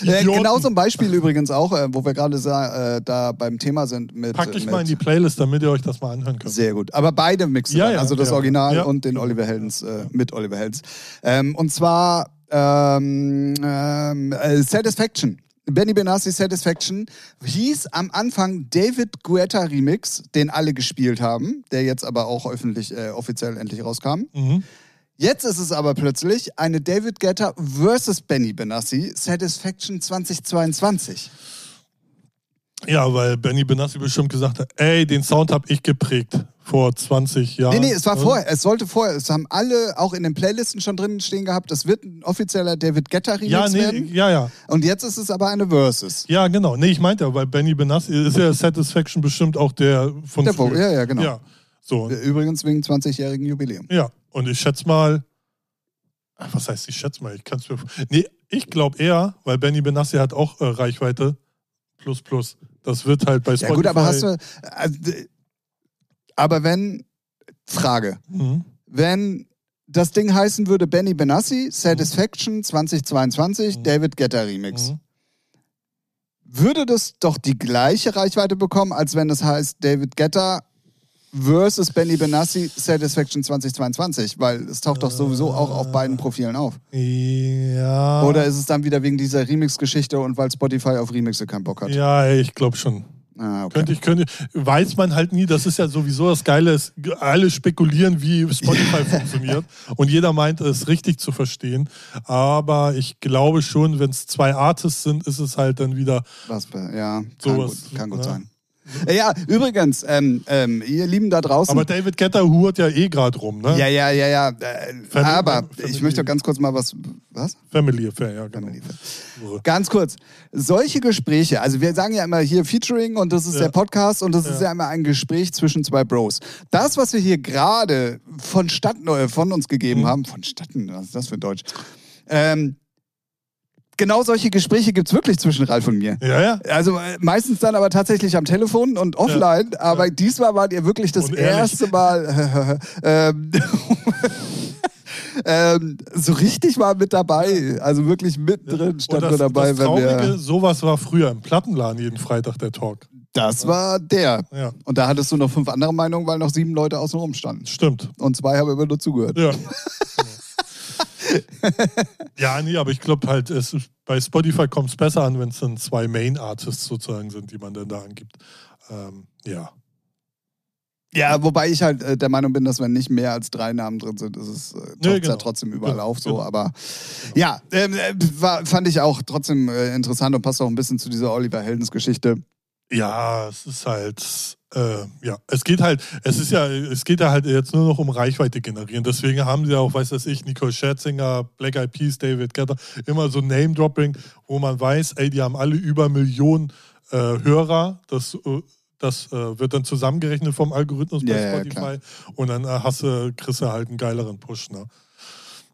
Äh, Idioten. genau so ein Beispiel übrigens auch, äh, wo wir gerade sa- äh, da beim Thema sind mit. Packt euch mit mal in die Playlist, damit ihr euch das mal anhören könnt. Sehr gut. Aber beide Mixen, Ja, dann, ja, also das ja. Original Ja. und den Oliver Heldens äh, mit Oliver Heldens. Ähm, und zwar ähm, ähm, äh, Satisfaction. Benny Benassi Satisfaction hieß am Anfang David Guetta Remix, den alle gespielt haben, der jetzt aber auch öffentlich, äh, offiziell endlich rauskam. Mhm. Jetzt ist es aber plötzlich eine David Guetta versus Benny Benassi Satisfaction 2022. Ja, weil Benny Benassi bestimmt gesagt hat, ey, den Sound habe ich geprägt vor 20 Jahren. Nee, nee, es war Ne? vorher. Es sollte vorher. Es haben alle auch in den Playlisten schon drin stehen gehabt. Das wird ein offizieller David Guetta Remix Ja, nee, werden. ja, ja. Und jetzt ist es aber eine Versus. Ja, genau. Nee, ich meinte ja, weil Benny Benassi ist ja Satisfaction bestimmt auch der von Der früher. Vogel, ja, ja, genau. Ja, so. und- Übrigens wegen 20-jährigen Jubiläum. Ja, und ich schätze mal, ach, was heißt ich schätze mal, ich kann es mir, nee, ich glaube eher, weil Benny Benassi hat auch äh, Reichweite, plus, plus. Das wird halt bei Ja Spotify. gut, aber hast du. Also, d- aber wenn. Frage. Mhm. Wenn das Ding heißen würde Benny Benassi, Satisfaction 2022, Mhm. David Guetta Remix. Mhm. würde das doch die gleiche Reichweite bekommen, als wenn es heißt David Guetta versus Benny Benassi Satisfaction 2022, weil es taucht doch sowieso auch auf beiden Profilen auf. Mhm. Ja. Oder ist es dann wieder wegen dieser Remix-Geschichte und weil Spotify auf Remixe keinen Bock hat? Ja, ich glaube schon. Ah, okay. Könnte ich, könnte, weiß man halt nie, das ist ja sowieso das Geile, es- alle spekulieren, wie Spotify funktioniert und jeder meint, es richtig zu verstehen, aber ich glaube schon, wenn es zwei Artists sind, ist es halt dann wieder, Was, be- ja, kann Sowas, gut, kann gut ne? sein. Ja, ja übrigens, ähm, ähm, ihr Lieben da draußen. aber David Getter hurt ja eh gerade rum, ne? ja, ja, ja, ja. Äh, Family- aber ich Family- möchte doch ganz kurz mal was. Was? Family Affair, ja, genau. Family Affair. So. Ganz kurz, solche Gespräche, also wir sagen ja immer hier Featuring und das ist Ja. der Podcast und das ist Ja. ja immer ein Gespräch zwischen zwei Bros. Das, was wir hier gerade vonstatten, äh, von uns Mhm. gegeben haben, vonstatten, was ist das für ein Deutsch? Ähm, genau solche Gespräche gibt es wirklich zwischen Ralf und mir. Ja, ja. Also äh, meistens dann aber tatsächlich am Telefon und offline, aber diesmal wart ihr wirklich das Und ehrlich. erste Mal ähm, ähm, so richtig mal mit dabei, also wirklich mittendrin stand Und nur dabei, das wenn Traurige, wir. sowas war früher im Plattenladen jeden Freitag der Talk. Das war der. Ja, Und da hattest du noch fünf andere Meinungen, weil noch sieben Leute außen rum standen. stimmt. Und zwei haben immer nur zugehört. Ja. ja, nee, aber ich glaube halt, es, ist- bei Spotify kommt es besser an, wenn es dann zwei Main-Artists sozusagen sind, die man dann da angibt. Ähm, ja. Ja, wobei ich halt äh, der Meinung bin, dass wenn nicht mehr als drei Namen drin sind, ist es äh, taucht's Nee, genau. ja trotzdem überall Genau, auf so. genau. Aber ja, ähm, äh, war, fand ich auch trotzdem äh, interessant und passt auch ein bisschen zu dieser Oliver Heldens Geschichte. Ja, es ist halt, äh, ja, es geht halt, es ist ja, es geht ja halt jetzt nur noch um Reichweite generieren. Deswegen haben sie ja auch, weiß das ich, Nicole Scherzinger, Black Eyed Peas, David Guetta, immer so Name-Dropping, wo man weiß, ey, die haben alle über Millionen äh, Hörer. Das, äh, das äh, wird dann zusammengerechnet vom Algorithmus Ja, bei ja, Spotify. und dann äh, hast du, kriegst du halt einen geileren Push, ne?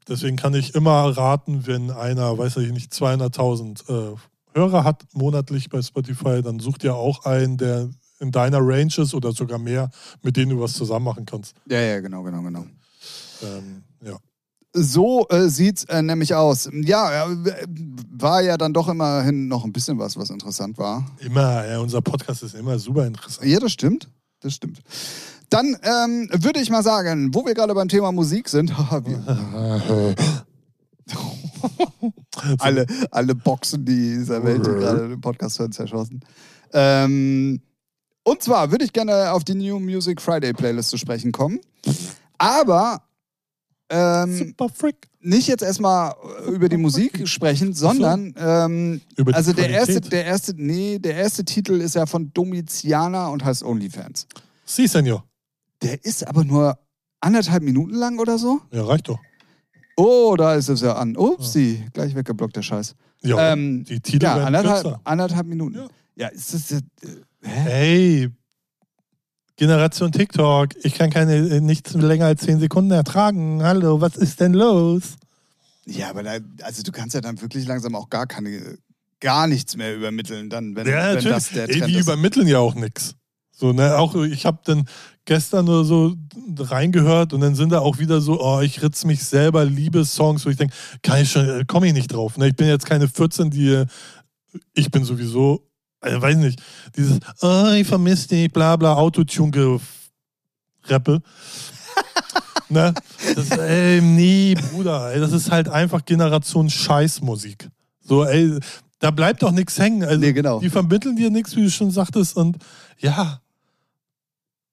Deswegen kann ich immer raten, wenn einer, weiß ich nicht, 200.000 äh, Hörer hat monatlich bei Spotify, dann such dir auch einen, der in deiner Range ist oder sogar mehr, mit dem du was zusammen machen kannst. Ja, ja, genau, genau, genau. Ähm, ja. So äh, sieht's äh, nämlich aus. Ja, äh, war ja dann doch immerhin noch ein bisschen was, was interessant war. Immer, ja, unser Podcast ist immer super interessant. Ja, das stimmt. Das stimmt. Dann ähm, würde ich mal sagen, wo wir gerade beim Thema Musik sind, haha, wir alle, alle Boxen dieser Welt, die gerade den Podcast hören, zerschossen. Ähm, und zwar würde ich gerne auf die New Music Friday Playlist zu sprechen kommen. Aber ähm, Super Frick. nicht jetzt erstmal über die Musik sprechen, sondern ähm, Über die also der Qualität. erste, der erste, nee, der erste Titel ist ja von Domitiana und heißt OnlyFans. Sie, Senior. Der ist aber nur anderthalb Minuten lang oder so. Ja, reicht doch. Oh, da ist es ja an. Upsi, gleich weggeblockt, der Scheiß. Ja, Ähm, die Titel ja, werden anderthalb, kürzer. anderthalb Minuten. Ja, Ja. ist das. Äh, hä? Hey, Generation TikTok, ich kann keine, nichts länger als 10 Sekunden ertragen. Hallo, was ist denn los? Ja, aber da, also du kannst ja dann wirklich langsam auch gar keine, gar nichts mehr übermitteln, dann, wenn, Ja, wenn natürlich. das der Ey, Trend die ist. übermitteln ja auch nichts. So, ne, auch ich habe dann gestern oder so reingehört und dann sind da auch wieder so, oh, ich ritz mich selber Liebessongs, wo ich denke, kann ich schon, komme ich nicht drauf. Ne? Ich bin jetzt keine 14, die äh, ich bin sowieso, also weiß nicht, dieses, oh, ich vermisse dich, bla bla, Autotune Rappe. ne? Das, ey, nee, Bruder, ey, das ist halt einfach Generation Scheißmusik. So, ey, da bleibt doch nichts hängen. Also, Nee, genau. Die vermitteln dir nichts, wie du schon sagtest. Und ja,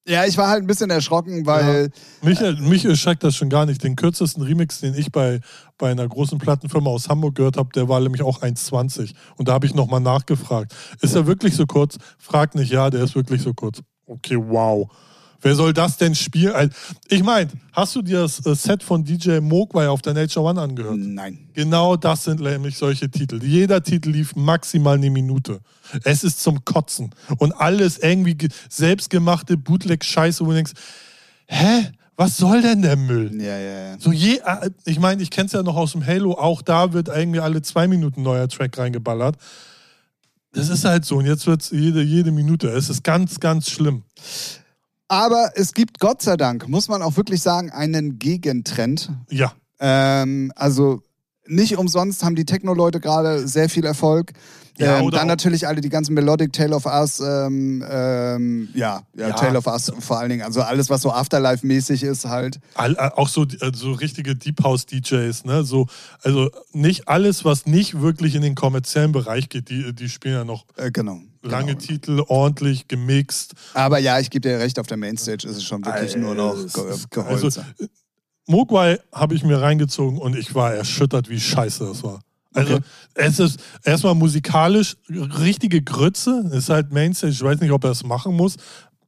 Ja, ich war halt ein bisschen erschrocken, weil mich, mich erschreckt das schon gar nicht. Den kürzesten Remix, den ich bei, bei einer großen Plattenfirma aus Hamburg gehört habe, der war nämlich auch 1,20. Und da habe ich nochmal nachgefragt. Ist er wirklich so kurz? Frag nicht, ja, der ist wirklich so kurz. Okay, wow. Wer soll das denn spielen? Also, Ich meine, hast du dir das äh, Set von DJ Mogwai auf der Nature One angehört? nein. Genau das sind nämlich solche Titel. Jeder Titel lief maximal eine Minute. Es ist zum Kotzen. Und alles irgendwie ge- selbstgemachte Bootleg-Scheiße, wo du denkst, hä? Was soll denn der Müll? Ja, ja, ja. So je, äh, ich meine, ich kenne es ja noch aus dem Halo, auch da wird irgendwie alle zwei Minuten neuer Track reingeballert. Das ist halt so. Und jetzt wird es jede, jede Minute. Es ist ganz, ganz schlimm. Aber es gibt Gott sei Dank, muss man auch wirklich sagen, einen Gegentrend. Ja. Ähm, also nicht umsonst haben die Techno-Leute gerade sehr viel Erfolg. Ja, ähm, oder dann auch- natürlich alle die ganzen Melodic Tale of Us, ähm, ähm, ja, ja, Ja. Tale of Us vor allen Dingen. Also alles, was so Afterlife-mäßig ist halt. All, äh, auch so, äh, so richtige Deep House DJs, ne? So, also nicht alles, was nicht wirklich in den kommerziellen Bereich geht, die, die spielen ja noch Äh, genau. lange genau. Titel, ordentlich gemixt. Aber ja, ich gebe dir recht, auf der Mainstage ist es schon wirklich Äh, nur noch es ge ist- Geholze. also, äh, Mogwai habe ich mir reingezogen und ich war erschüttert, wie scheiße das war. Also Okay. es ist erstmal musikalisch richtige Grütze, ist halt Mainstage, ich weiß nicht, ob er es machen muss.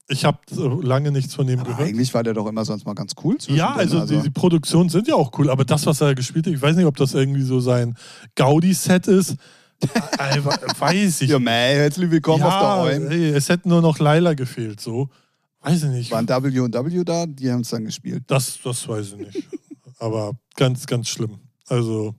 Ich habe äh, lange nichts von dem Aber gehört. eigentlich war der doch immer sonst mal ganz cool. Ja, zwischendrin, also, Die, die Produktionen sind ja auch cool, aber das, was er gespielt hat, ich weiß nicht, ob das irgendwie so sein Gaudi-Set ist. Äh, weiß ich. Ja, mei, herzlich willkommen Ja, also auf der OM. ey, es hätten nur noch Laila gefehlt, so. Weiß ich nicht. Waren W&W da, die haben es dann gespielt. Das, das weiß ich nicht. aber ganz, ganz schlimm. Also,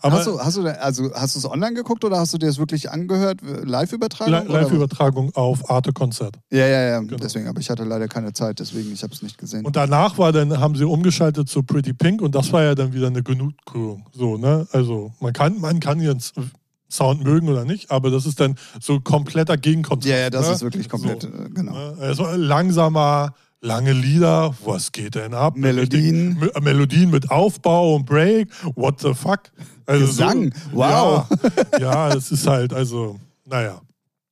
Hast aber du, hast du, da- also hast du es online geguckt oder hast du dir das wirklich angehört, live übertragen? Li- Live-Übertragung auf Arte-Konzert. Ja, ja, ja. Deswegen, aber ich hatte leider keine Zeit, deswegen ich habe es nicht gesehen. Und danach war dann, haben sie umgeschaltet zu Pretty Pink und das war ja dann wieder eine Genugtuung. So, ne? Also man kann, man kann ihren S- Sound mögen oder nicht, aber das ist dann so kompletter Gegenkontrast. ja, ja, das ne? ist wirklich komplett, äh, So, genau. ne? Es war langsamer, lange Lieder, was geht denn ab? Melodien. Mit, M- Melodien mit Aufbau und Break, what the fuck? Also Gesang, wow. Ja, ja, es ist halt, also, naja.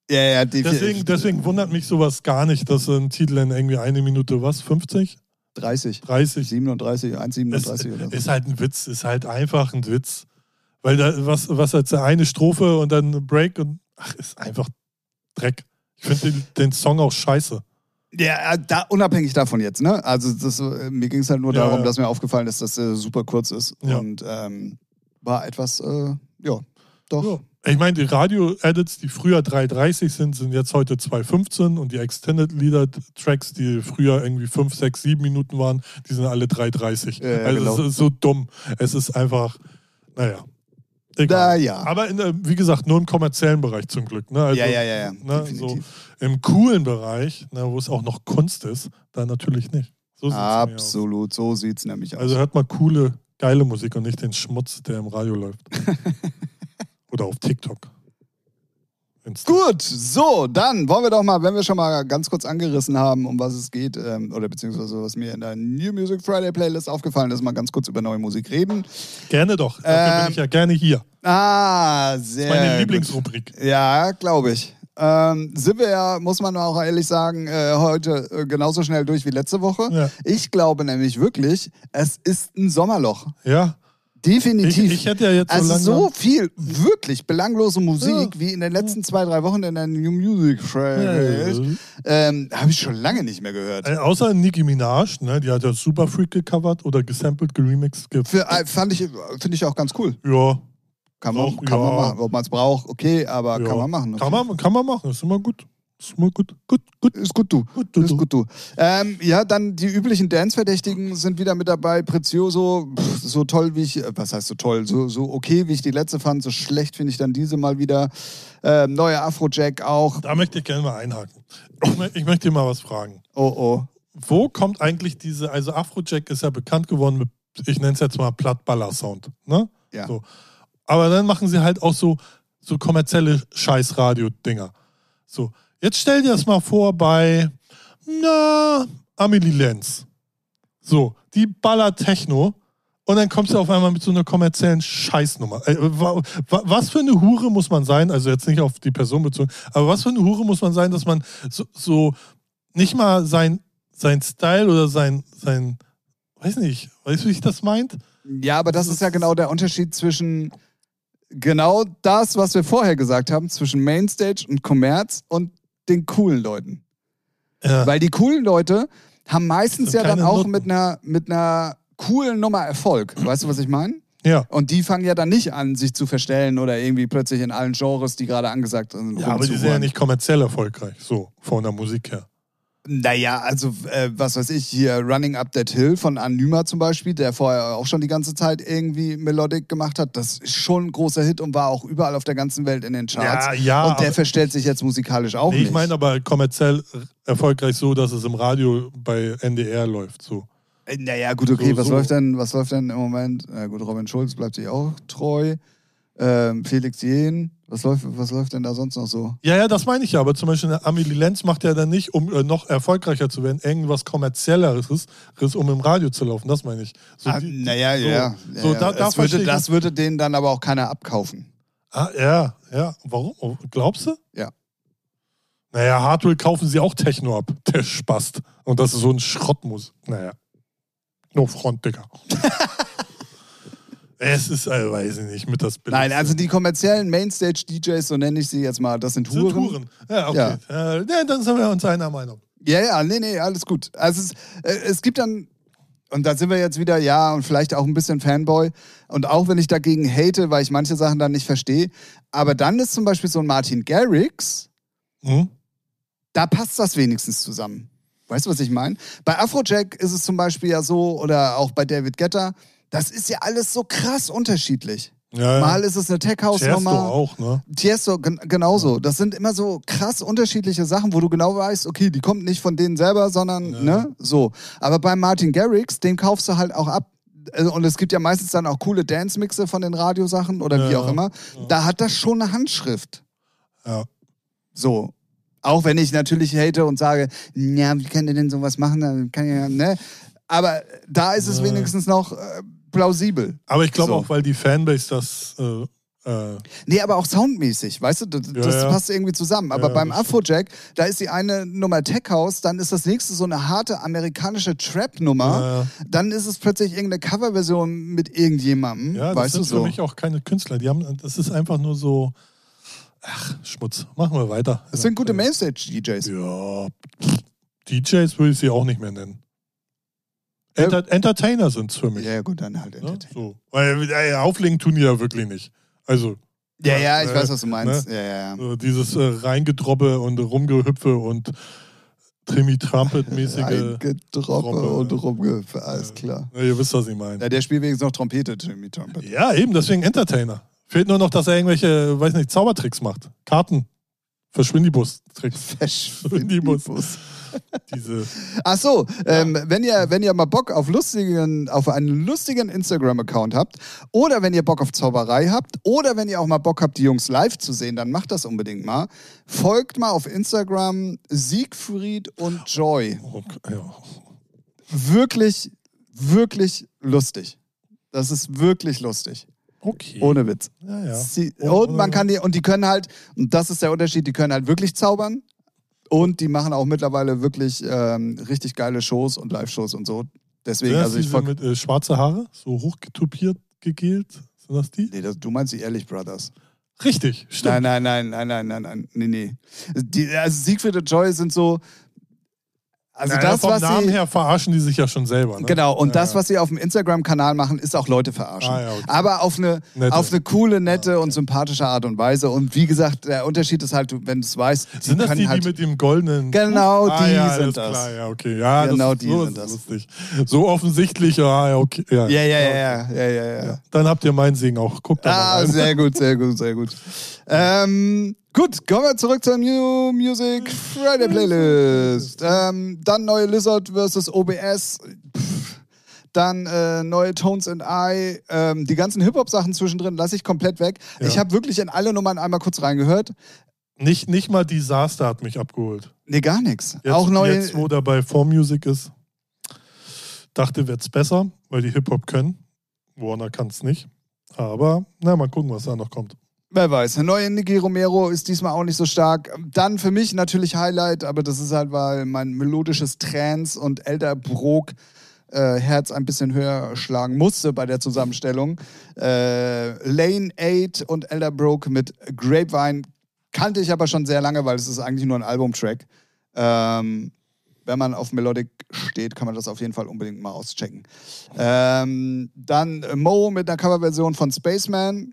Ja, ja, die Deswegen, deswegen wundert mich sowas gar nicht, dass ein Titel in irgendwie eine Minute, was, 50, 30, 30 37, ist, 137 oder so. ist halt ein Witz, ist halt einfach ein Witz. Weil da, was, was als eine Strophe und dann ein Break und ach, ist einfach Dreck. Ich finde den, den Song auch scheiße. Ja, äh, da, unabhängig davon jetzt, ne? Also das, äh, mir ging es halt nur Ja, darum, ja. dass mir aufgefallen ist, dass er super kurz ist. Ja. Und ähm, war etwas, äh, ja, doch. Ja. also, Ich meine, die Radio-Edits, die früher 3,30 sind, sind jetzt heute 2,15 und die Extended-Lieder-Tracks, die früher irgendwie 5, 6, 7 Minuten waren, die sind alle 3,30. Ja, ja, also genau. es ist so dumm. Es ist einfach, naja. Na Egal. ja. Aber in, der- wie gesagt, nur im kommerziellen Bereich zum Glück. Ne? Also, ja, ja, ja, ja. Ne, so definitiv. Im coolen Bereich, ne, wo es auch noch Kunst ist, da natürlich nicht. So sieht's nämlich aus. Absolut, so sieht's nämlich aus. Also hört mal coole, geile Musik und nicht den Schmutz, der im Radio läuft. Oder auf TikTok. Insta. Gut, so, dann wollen wir doch mal, wenn wir schon mal ganz kurz angerissen haben, um was es geht, ähm, oder beziehungsweise was mir in der New Music Friday Playlist aufgefallen ist, mal ganz kurz über neue Musik reden. Gerne doch. Dafür Ähm, bin ich ja gerne hier. Ah, sehr. Meine gut. Lieblingsrubrik. Ja, glaube ich. Ähm, sind wir ja, muss man auch ehrlich sagen, äh, heute äh, genauso schnell durch wie letzte Woche. Ja. Ich glaube nämlich wirklich, es ist ein Sommerloch. Ja. Ich, Definitiv. ich hätte ja jetzt so also lange. so viel wirklich belanglose Musik Ja. wie in den letzten zwei, drei Wochen in der New Music Fridays. Ähm, habe ich schon lange nicht mehr gehört. äh, außer Nicki Minaj, ne, die hat ja Super Freak gecovert oder gesampelt, geremixed. Ge Für, äh, fand ich, finde ich auch ganz cool. ja. Kann man, Doch, kann man ja. machen. Ob man es braucht, okay, aber ja. kann man machen. Kann man, kann man machen, ist immer gut. Ist mal gut, gut, gut. Ist gut, du. Gut, du, ist du. gut, du. Ähm, ja, dann die üblichen Dance-Verdächtigen sind wieder mit dabei. Prezioso, pff, so toll wie ich, äh, was heißt so toll, so, so okay wie ich die letzte fand, so schlecht finde ich dann diese mal wieder. Ähm, neuer Afrojack auch. Da möchte ich gerne mal einhaken. Ich mö- Ich möchte dir mal was fragen. Oh, oh. Wo kommt eigentlich diese, also Afrojack ist ja bekannt geworden mit, ich nenne es jetzt mal Plattballer-Sound. Ne? Ja. So. Aber dann machen sie halt auch so, so kommerzielle Scheiß-Radio-Dinger. So, jetzt stell dir das mal vor bei, na, Amelie Lenz. So, die ballert Techno und dann kommst du auf einmal mit so einer kommerziellen Scheißnummer. Äh, wa, wa, was für eine Hure muss man sein, also jetzt nicht auf die Person bezogen, aber was für eine Hure muss man sein, dass man so, so nicht mal sein, sein Style oder sein, sein, weiß nicht, weißt du, wie ich das meint? Ja, aber das ist ja genau der Unterschied zwischen genau das, was wir vorher gesagt haben, zwischen Mainstage und Kommerz und den coolen Leuten. Ja. Weil die coolen Leute haben meistens Sind ja dann keine auch Nutten. mit einer, mit einer coolen Nummer Erfolg. Weißt du, was ich meine? ja. Und die fangen ja dann nicht an, sich zu verstellen oder irgendwie plötzlich in allen Genres, die gerade angesagt sind. Ja, aber die sind ja nicht kommerziell erfolgreich, so von der Musik her. Naja, also äh, was weiß ich, hier Running Up That Hill von Anima zum Beispiel, der vorher auch schon die ganze Zeit irgendwie Melodic gemacht hat, das ist schon ein großer Hit und war auch überall auf der ganzen Welt in den Charts. Ja, ja, Und der aber- verstellt sich jetzt musikalisch auch Nee, nicht. ich meine aber kommerziell erfolgreich so, dass es im Radio bei NDR läuft. So. Äh, Naja, gut, okay, So, was so. läuft denn, was läuft denn im Moment? Na gut, Robin Schulz bleibt sich auch treu. Ähm, Felix Jehn, was läuft, was läuft denn da sonst noch so? Ja, ja, das meine ich ja. Aber zum Beispiel eine Amelie Lenz macht ja dann nicht, um äh, noch erfolgreicher zu werden, irgendwas kommerzielleres, Riss, um im Radio zu laufen. Das meine ich. So, Ah, die- naja, so, ja. So, ja, Da, da ja. das, würde, verstehe ich- das würde denen dann aber auch keiner abkaufen. Ah, ja, ja. Warum? Oh, Glaubst du? Ja. Naja, Hardware kaufen sie auch Techno ab. Der spast. Und das ist so ein Schrottmus. Naja. No front, Digga. es ist, äh, weiß ich nicht, mit das Bild. Nein, also die kommerziellen Mainstage-DJs, so nenne ich sie jetzt mal, das sind sind Huren. Touren. Ja, okay. Äh, ja, dann sind wir uns einer Meinung. Ja, ja, nee, nee, alles gut. Also es, äh, es gibt dann, und da sind wir jetzt wieder, ja, und vielleicht auch ein bisschen Fanboy. Und auch wenn ich dagegen hate, weil ich manche Sachen dann nicht verstehe. Aber dann ist zum Beispiel so ein Martin Garrix, Hm? da passt das wenigstens zusammen. Weißt du, was ich meine? Bei Afrojack ist es zum Beispiel ja so, oder auch bei David Guetta, das ist ja alles so krass unterschiedlich. Ja, ja. Mal ist es eine Tiesto Tech-House-Nummer. auch, ne? Tiesto, gen genauso. Das sind immer so krass unterschiedliche Sachen, wo du genau weißt, okay, die kommt nicht von denen selber, sondern, ne, so. Aber bei Martin Garrix, den kaufst du halt auch ab. Äh, Und es gibt ja meistens dann auch coole Dance-Mixe von den Radiosachen oder wie Ja, auch immer. Da hat das schon eine Handschrift. Ja. So. Auch wenn ich natürlich hate und sage, ja, wie kann der denn sowas machen? Dann Kann ja, ne? Aber da ist es Ja. wenigstens noch äh, plausibel. Aber ich glaube So. auch, weil die Fanbase das. Äh, äh, Nee, aber auch soundmäßig, weißt du, das, das ja. passt irgendwie zusammen. Aber Ja, beim das stimmt. Afrojack, da ist die eine Nummer Tech House, dann ist das nächste so eine harte amerikanische Trap-Nummer, äh, dann ist es plötzlich irgendeine Coverversion mit irgendjemandem, ja, das weißt sind du so. für mich auch keine Künstler. Die haben, das ist einfach nur so. Ach, Schmutz. Machen wir weiter. Das sind gute Äh, Mainstage-DJs. Ja, pff, DJs würde ich sie auch nicht mehr nennen. Enter Entertainer sind es für mich. Ja, ja, gut, dann halt ne? Entertainer. so. Weil äh, auflegen tun die ja wirklich nicht. Also Ja, ja, ich Äh, weiß, was du meinst. Ja, ja, ja. so dieses äh, Reingedroppe und Rumgehüpfe und Trimi-Trumpet-mäßige. Reingetroppe Troppe. und rumgehüpfe, alles Äh, klar. Ja, ihr wisst, was ich meine. Ja, der spielt wenigstens noch Trompete, Jimmy Trumpet. Ja, eben, deswegen Entertainer. Fehlt nur noch, dass er irgendwelche, weiß nicht, Zaubertricks macht. Karten. Verschwindibus-Tricks. Schwindibus. Diese. Ach so, ähm, wenn, ihr, wenn ihr mal Bock auf, lustigen, auf einen lustigen Instagram-Account habt oder wenn ihr Bock auf Zauberei habt oder wenn ihr auch mal Bock habt, die Jungs live zu sehen, dann macht das unbedingt mal. Folgt mal auf Instagram Siegfried und Joy. Okay, oh, ja. Wirklich, wirklich lustig. Das ist wirklich lustig. okay. Ohne Witz. ja, ja. Sie, Ohne- und man ohne- kann die, und die können halt, und das ist der Unterschied, die können halt wirklich zaubern. Und die machen auch mittlerweile wirklich ähm, richtig geile Shows und Live-Shows und so. Deswegen, Sind das also ich diese folg, mit äh, schwarze Haare, so hochgetupiert, gegelt? Sind das die? Nee, das, du meinst die Ehrlich Brothers. Richtig, stimmt. Nein, nein, nein, nein, nein, nein, nein. Nee, nee. Die, also Siegfried und Joy sind so. Also Naja, das, vom was Namen sie. her verarschen die sich ja schon selber. Ne? Genau, und Ja, das, ja. was sie auf dem Instagram-Kanal machen, ist auch Leute verarschen. Ah, ja, okay. Aber auf eine, Nette. auf eine coole, nette und sympathische Art und Weise. Und wie gesagt, der Unterschied ist halt, wenn du es weißt, die Sind das können die, halt. die mit dem goldenen. Genau ah, die ja, sind alles das. Klar, ja, okay. Ja, Genau das ist, die so sind ist das. Lustig. So offensichtlich, ah, ja, ja, okay. Ja, ja, ja, ja, ja, ja, ja. Ja. Dann habt ihr meinen Segen auch. Guckt da mal Ah, rein. sehr gut, sehr gut, sehr gut. Ähm, gut, kommen wir zurück zur New Music Friday Playlist. Ähm, dann neue Lizard vs. OBS. Pff, Dann äh, neue Tones and I. Ähm, die ganzen Hip-Hop-Sachen zwischendrin lasse ich komplett weg. Ja. Ich habe wirklich in alle Nummern einmal kurz reingehört. Nicht, nicht mal Disaster hat mich abgeholt. Nee, gar nichts. Jetzt, Auch neue. jetzt, wo dabei Form Music ist, dachte, wird's besser, weil die Hip-Hop können. Warner kann's nicht. Aber, na, mal gucken, was da noch kommt. Wer weiß. Der neue Nicky Romero ist diesmal auch nicht so stark. Dann für mich natürlich Highlight, aber das ist halt, weil mein melodisches Trance und Elder Brok äh, Herz ein bisschen höher schlagen musste bei der Zusammenstellung. Äh, Lane 8 und Elder Brook mit Grapevine kannte ich aber schon sehr lange, weil es ist eigentlich nur ein Albumtrack. Ähm, wenn man auf Melodic steht, kann man das auf jeden Fall unbedingt mal auschecken. Ähm, dann Mo mit einer Coverversion von Spaceman.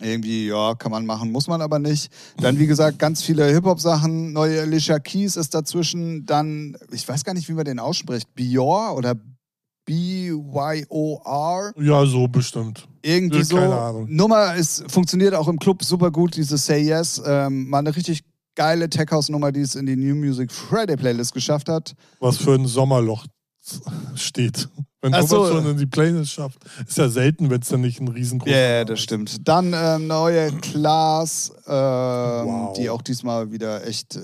Irgendwie, ja, kann man machen, muss man aber nicht. Dann, wie gesagt, ganz viele Hip-Hop-Sachen. Neue Alicia Keys ist dazwischen. Dann, ich weiß gar nicht, wie man den ausspricht. Bior oder B-Y-O-R. Ja, so bestimmt. Irgendwie Ja, so. keine Ahnung. Nummer ist, funktioniert auch im Club super gut, diese Say Yes. Ähm, mal eine richtig geile Tech House-Nummer, die es in die New Music Friday Playlist geschafft hat. was für ein Sommerloch steht. Wenn Ach sowas so. schon in die Playlist schafft, ist ja selten, wenn es dann nicht ein riesengroßer. Ja, ja, das stimmt. Dann ähm, neue Class, ähm, Wow. die auch diesmal wieder echt, äh,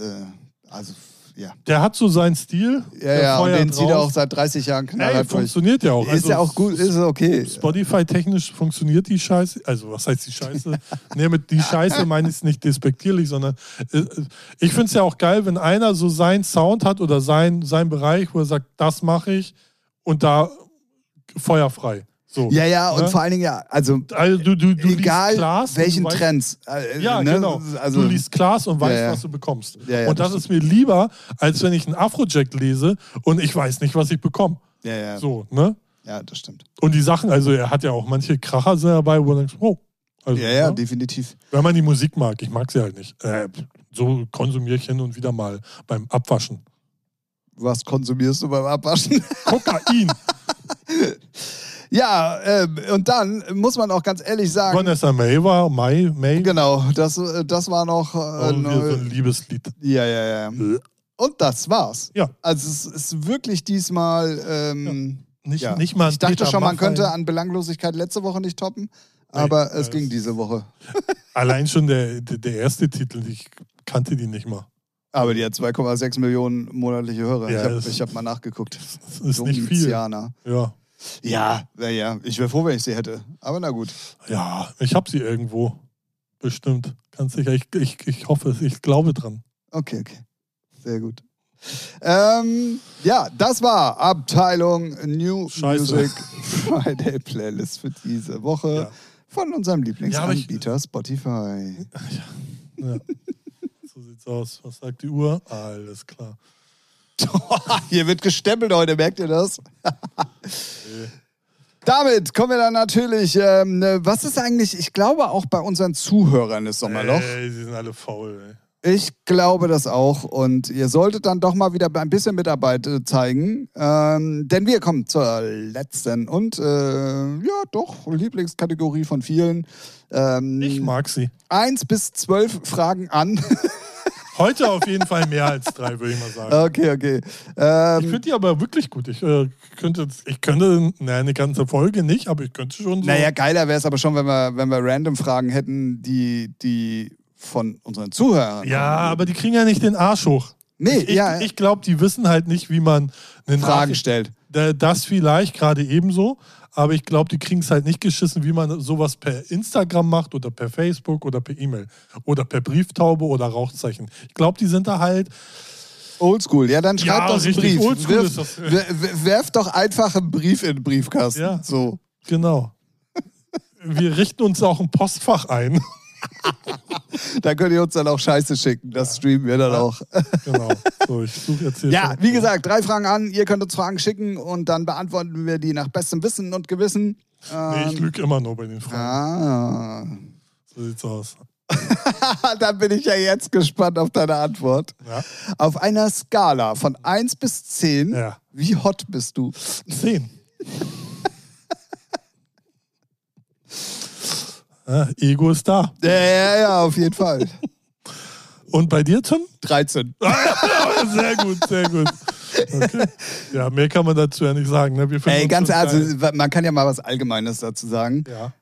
also ja, Der hat so seinen Stil. ja, der ja und feuert den zieht er raus. auch seit 30 Jahren Ey, knallhart durch. funktioniert ja auch. Also ist ja auch gut, ist okay. Spotify-technisch funktioniert die Scheiße. Also, was heißt die Scheiße? nee, mit die Scheiße meine ich es nicht despektierlich, sondern äh, ich finde es ja auch geil, wenn einer so seinen Sound hat oder sein, seinen Bereich, wo er sagt, das mache ich und da feuerfrei. So. Ja, ja, und Ne? vor allen Dingen ja, also Also, du, du, du liest egal Klaas und welchen du weißt- Trends. äh, Ja, ne? genau. Also, du liest Klaas und weißt, Ja, ja. was du bekommst. Ja, ja, und das, das ist mir lieber, als wenn ich einen Afrojack lese und ich weiß nicht, was ich bekomme. ja, ja, So, ne? ja, das stimmt. Und die Sachen, also er hat ja auch manche Kracher dabei, wo man denkt, oh. Also, Ja, ja, ne? definitiv. Wenn man die Musik mag, ich mag sie halt nicht. Äh, so konsumiere ich hin und wieder mal beim Abwaschen. Was konsumierst du beim Abwaschen? Kokain, Ja, ähm, und dann muss man auch ganz ehrlich sagen, Vanessa May war, May, May. genau, das, äh, das war noch. Äh, Und Oh, wir so neu, ein Liebeslied. ja, ja, ja. Und das war's. Ja. Also es ist wirklich diesmal. Ähm, Nicht, ja. nicht mal ein ich dachte Peter schon, man Maffay. könnte an Belanglosigkeit letzte Woche nicht toppen, Nee, aber äh, es ging diese Woche. Allein schon der, der, der erste Titel, ich kannte die nicht mal. Aber die hat 2,6 Millionen monatliche Hörer. Ja, ich das- habe ich hab mal nachgeguckt. Das ist nicht viel. Domitianer. Ja. Ja, naja, ich wäre froh, wenn ich sie hätte. Aber na gut. Ja, ich hab sie irgendwo. Bestimmt. Ganz sicher. Ich, ich, ich hoffe es. Ich glaube dran. Okay, okay. Sehr gut. Ähm, ja, das war Abteilung New Scheiße. Music Friday Playlist für diese Woche Ja. von unserem Ja, aber ich- Lieblingsanbieter Spotify. Ja. so sieht's aus. Was sagt die Uhr? Alles klar. Hier wird gestempelt heute, merkt ihr das? Äh, Damit kommen wir dann natürlich, ähm, ne, was ist eigentlich, ich glaube auch bei unseren Zuhörern ist Sommerloch. Ey, sie sind alle faul. Ich glaube das auch und ihr solltet dann doch mal wieder ein bisschen Mitarbeit äh, zeigen, ähm, denn wir kommen zur letzten und äh, ja doch Lieblingskategorie von vielen. Ähm, Ey. Ich mag sie. Eins bis zwölf Fragen an. Heute auf jeden Fall mehr als drei, würde ich mal sagen. okay, okay. Ich Ähm, finde die aber wirklich gut. Ich äh, könnte, ich könnte, naja, eine ganze Folge nicht, aber ich könnte schon so. naja, geiler wäre es aber schon, wenn wir, wenn wir random Fragen hätten, die, die von unseren Zuhörern. ja, aber die kriegen ja nicht den Arsch hoch. Nee, ich ja. ich glaube, die wissen halt nicht, wie man einen Fragen stellt. Da- Das vielleicht gerade ebenso, aber ich glaube, die kriegen es halt nicht geschissen, wie man sowas per Instagram macht oder per Facebook oder per E-Mail oder per Brieftaube oder Rauchzeichen. Ich glaube, die sind da halt. Oldschool, ja, dann Ja, schreibt doch einen richtig, Brief. oldschool Wirf- ist das. wer- wer- Werft doch einfach einen Brief in den Briefkasten. Ja. So. Genau. Wir richten uns auch ein Postfach ein. Da könnt ihr uns dann auch Scheiße schicken. Das streamen wir dann auch. Genau. So, ich suche jetzt hier. Ja, schon. wie gesagt, drei Fragen an. Ihr könnt uns Fragen schicken und dann beantworten wir die nach bestem Wissen und Gewissen. Nee, ich Ähm, lüge immer nur bei den Fragen. ah. So sieht's aus. da bin ich ja jetzt gespannt auf deine Antwort. Ja. Auf einer Skala von 1 bis 10, Ja. wie hot bist du? Zehn. ja, Ego ist da. Ja, ja, ja, auf jeden Fall. Und bei dir, Tim? 13. sehr gut, sehr gut. Okay. Ja, mehr kann man dazu ja nicht sagen. Ne? Wir finden Ey, uns ganz schon ehrlich, geil. also, man kann ja mal was Allgemeines dazu sagen. Ja.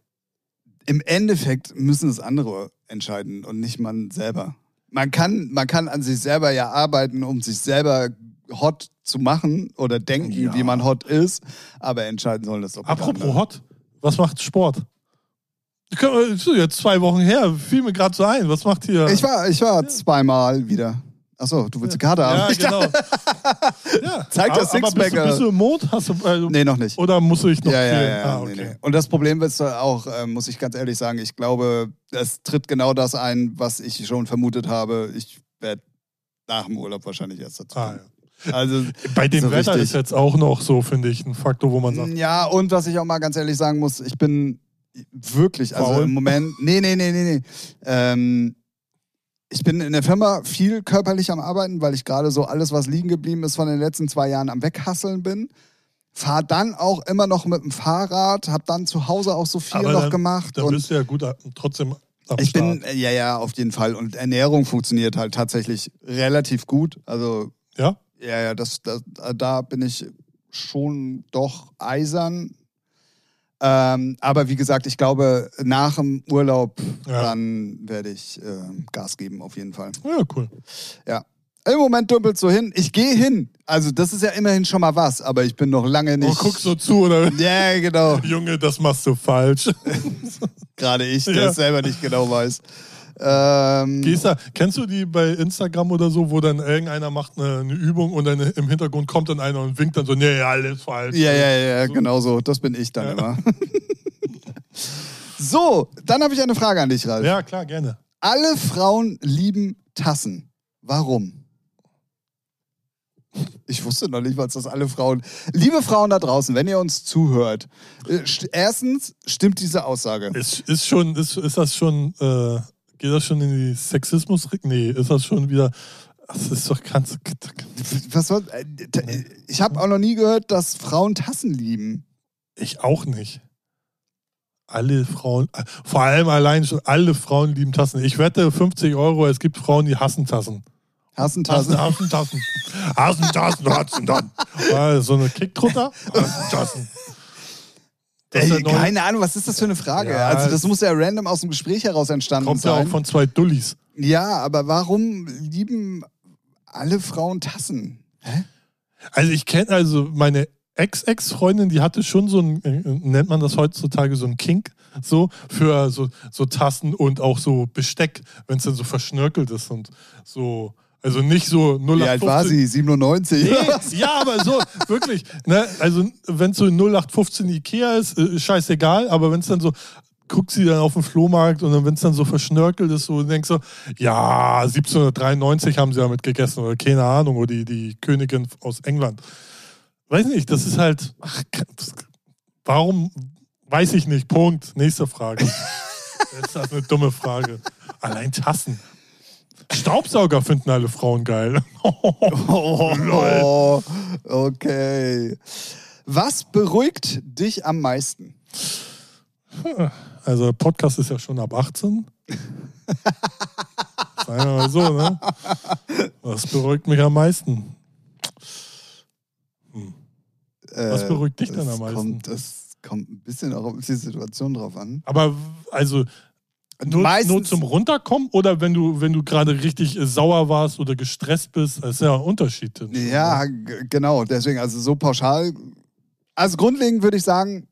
Im Endeffekt müssen es andere entscheiden und nicht man selber. Man kann, man kann an sich selber ja arbeiten, um sich selber hot zu machen oder denken, Ja. wie man hot ist, aber entscheiden sollen das doch Apropos Hot, was macht Sport? Ich kann- ist Jetzt zwei Wochen her, fiel mir gerade so ein. Was macht hier? Ich war, ich war zweimal wieder. Achso, du willst die Karte haben. ja, Ich dachte- genau. ja. Zeig das Aber- aber bist, du- Sixpack, bist du im Mond? Hast du, also, Nee, noch nicht. Oder musst du dich noch Ja, ja, zählen? ja. ah, okay. nee, nee. Und das Problem ist auch, äh, muss ich ganz ehrlich sagen, ich glaube, es tritt genau das ein, was ich schon vermutet habe. Ich werde nach dem Urlaub wahrscheinlich erst dazu Ah, kommen. ja. Also, Bei dem So Wetter richtig. ist jetzt auch noch so, finde ich, ein Faktor, wo man sagt, Mm, ja, und was ich auch mal ganz ehrlich sagen muss, ich bin wirklich, also Faul. im Moment, nee, nee, nee, nee, nee. Ähm, ich bin in der Firma viel körperlich am Arbeiten, weil ich gerade so alles, was liegen geblieben ist von den letzten zwei Jahren, am Weghasseln bin. Fahr dann auch immer noch mit dem Fahrrad, hab dann zu Hause auch so viel Aber noch dann- gemacht. dann und bist du ja gut a- trotzdem am Ich Start. bin, äh, ja, ja, auf jeden Fall. Und Ernährung funktioniert halt tatsächlich relativ gut. Also, ja? ja, ja, das, das, da bin ich schon doch eisern. Ähm, aber wie gesagt, ich glaube, nach dem Urlaub, Ja. dann werde ich ähm, Gas geben, auf jeden Fall. ja, cool. Ja. Im Moment dümpelt so hin. Ich gehe hin. Also, das ist ja immerhin schon mal was, aber ich bin noch lange Du nicht. Oh, guckst so zu, oder? ja, genau. Junge, das machst du falsch. Gerade ich, der Ja. es selber nicht genau weiß. Ähm, Gehst da, kennst du die bei Instagram oder so, wo dann irgendeiner macht eine, eine Übung und dann im Hintergrund kommt dann einer und winkt dann so, nee, alles falsch. Ja, ja, ja, genau so. Das bin ich dann immer. so, dann habe ich eine Frage an dich, Ralf. Ja, klar, gerne. Alle Frauen lieben Tassen. Warum? Ich wusste noch nicht, was das alle Frauen. Liebe Frauen da draußen, wenn ihr uns zuhört, äh, st- erstens stimmt diese Aussage. Ist, ist schon, ist, ist das schon, äh, geht das schon in die Sexismus? Nee, ist das schon wieder, das ist doch ganz, Was soll, äh, t- äh, ich habe auch noch nie gehört, dass Frauen Tassen lieben. ich auch nicht. Alle Frauen, äh, vor allem allein schon, alle Frauen lieben Tassen. Ich wette 50 Euro, es gibt Frauen, die hassen Tassen. Hassen Tassen. Tassen, Hassen, Tassen. Hassen, Tassen, Hassen, dann. Ah, So eine Kickdrutter, Hassen, Tassen. Das ist Ey, der neue- keine Ahnung, was ist das für eine Frage? Ja, also das es- muss ja random aus dem Gespräch heraus entstanden Kommt ja sein. auch von zwei Dullis. Ja, aber warum lieben alle Frauen Tassen? Also ich kenne also meine Ex-Ex-Freundin, die hatte schon so ein, äh, nennt man das heutzutage, so ein Kink, so für so, so Tassen und auch so Besteck, wenn es dann so verschnörkelt ist und so, also nicht so 0 Wie alt war sie? 97? Nee, ja, aber so, wirklich. Ne? Also, wenn es so 0815 Ikea ist, äh, scheißegal, aber wenn es dann so, guckt sie dann auf den Flohmarkt und dann, wenn es dann so verschnörkelt ist, so denkst du, ja, 1793 haben sie damit gegessen oder keine Ahnung, oder die, die Königin aus England. Weiß nicht, das ist halt, ach, das, warum, weiß ich nicht, Punkt. Nächste Frage. ist das eine dumme Frage? Allein Tassen. Staubsauger finden alle Frauen geil. Oh, okay. Was beruhigt dich am meisten? Also Podcast ist ja schon ab 18. Sagen wir mal so, ne? Was beruhigt mich am meisten? Was Äh, beruhigt dich denn es am meisten? Kommt, es kommt ein bisschen auch auf die Situation drauf an. Aber w- also nur, nur Meistens- zum Runterkommen oder wenn du, wenn du gerade richtig äh, sauer warst oder gestresst bist, das ist ja ein Unterschied. dann schon, Ja, ne? g- genau. Deswegen, also so pauschal. Also grundlegend würde ich sagen,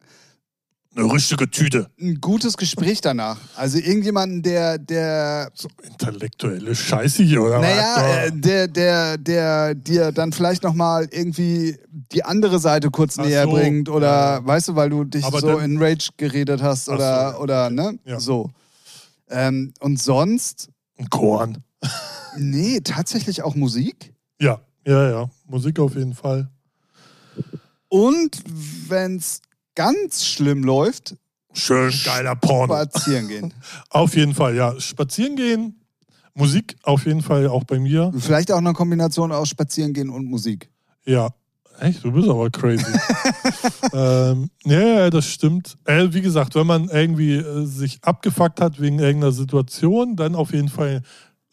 Eine richtige Tüte. ein gutes Gespräch danach. Also irgendjemanden, der, der So intellektuelle Scheiße hier, oder? was? Naja, äh, der, der, der dir dann vielleicht nochmal irgendwie die andere Seite kurz Ach näher so, bringt oder ja, ja. weißt du, weil du dich Aber so dann- in Rage geredet hast Ach oder, so, ja, oder okay. ne? Ja. So. Ähm, und sonst, Ein Korn. nee, tatsächlich auch Musik. Ja, ja, ja. Musik auf jeden Fall. Und wenn's ganz schlimm läuft, Schön geiler Porno. spazieren gehen. Auf jeden Fall, ja. Spazieren gehen, Musik auf jeden Fall auch bei mir. Vielleicht auch eine Kombination aus Spazieren gehen und Musik. Ja. Echt, du bist aber crazy. ähm, ja, ja, das stimmt. Äh, wie gesagt, wenn man irgendwie äh, sich abgefuckt hat wegen irgendeiner Situation, dann auf jeden Fall